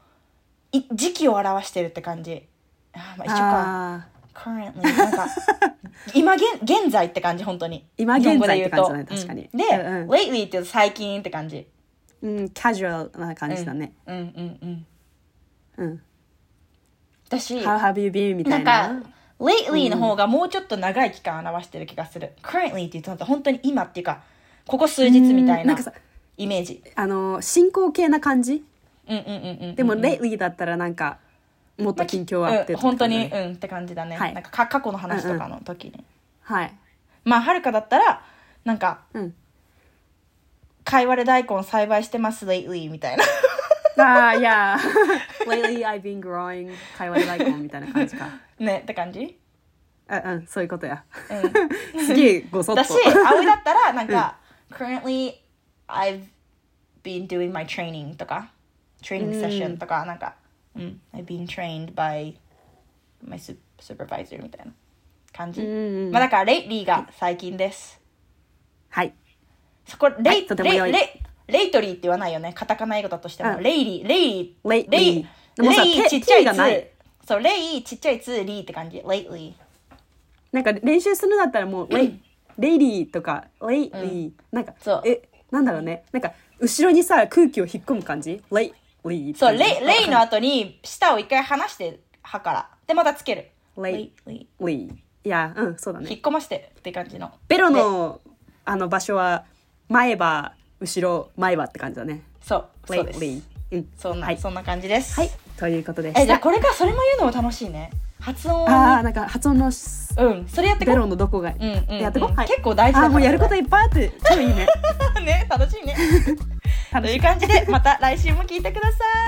S1: い時期を表してるって感じあーまあ一緒か
S2: あー
S1: currently なん か今現現在って感じ本当に
S2: 今現在
S1: 日本語で言うと
S2: って感じだ
S1: う
S2: ね
S1: ん
S2: 確かにうんうん
S1: で、lately っていうと最近って感じ
S2: うんキャジュアルな感じだね
S1: うんうんうん
S2: うん
S1: だ
S2: 「
S1: し
S2: How have you been?」みた
S1: ないん
S2: な
S1: か lately の方がもうちょっと長い期間表してる気がする、currently って言うと本当に今っていうかここ数日みた
S2: う
S1: い
S2: んな
S1: なん
S2: かさ
S1: イメージ
S2: あの進行形な感じ
S1: うんうんうんうん
S2: でも「lately」だったらなんかもっと近況は
S1: は
S2: って
S1: 本当に
S2: 感じだね
S1: うんって感じだね、
S2: はい
S1: なんかか過去の話とかの時に、
S2: はい
S1: まあはるかだったらなんか
S2: うん
S1: 「かいわれ大根栽培してます lately」みたいな
S2: ああいや lately I've been growing 会話で大根みたいな感じか
S1: ねって感じ、
S2: あうんそういうことや
S1: うん、
S2: すげえごそっと
S1: だし葵だった らなんか「currently I've been doing my training」とか「training session」とかなんか「うん、I've been trained by my su- supervisor」みたいな感じ、
S2: ん
S1: まあだから「lately」が最近です
S2: はい
S1: そこ「レイ
S2: とても良
S1: レ
S2: い
S1: イレイレイトリー」って言わないよねカタカナ英語だとしても「
S2: うん
S1: レイリー」「レイリー」
S2: レイ
S1: レ
S2: リーでもさ
S1: レイ
S2: 手
S1: ちっちゃい
S2: 手
S1: 「
S2: がな
S1: つ
S2: い」
S1: そう「レイ」ちっちゃい「つ」「リー」って感じ「lately」
S2: なんか練習するんだったらもう「レイレイリー」とか「レイリー」なんか
S1: そう
S2: えなんだろうねなんか後ろにさ空気を引っ込む感じ「レイリー」
S1: そう、レイ、レイの
S2: 「
S1: 後に、舌を一回離して、歯から。で、またつける。
S2: レイ
S1: レイ。
S2: レイ」いやうんそうだね
S1: 引っ込ましてって感じの。
S2: ベロのあの場所は前歯後ろ前歯って感じだね
S1: そう、
S2: 「レ
S1: そ
S2: イ
S1: うです。
S2: リー」うん
S1: そんな、
S2: はい
S1: そんな感じです。
S2: はいということで
S1: え、
S2: し
S1: じゃあ
S2: た
S1: これからそれも言うのも楽しいね。発音
S2: あ
S1: を
S2: あ。なんか発音のし
S1: うん、それやってこ
S2: ベロ
S1: う。
S2: のどこが、
S1: んうん
S2: やってこ、
S1: うん
S2: はい
S1: 結構大事だから
S2: あーもうやることいっぱいあって超いいね
S1: ね、楽しいね。と
S2: 楽し
S1: い
S2: いう
S1: 感じで、また来週も聞いてください。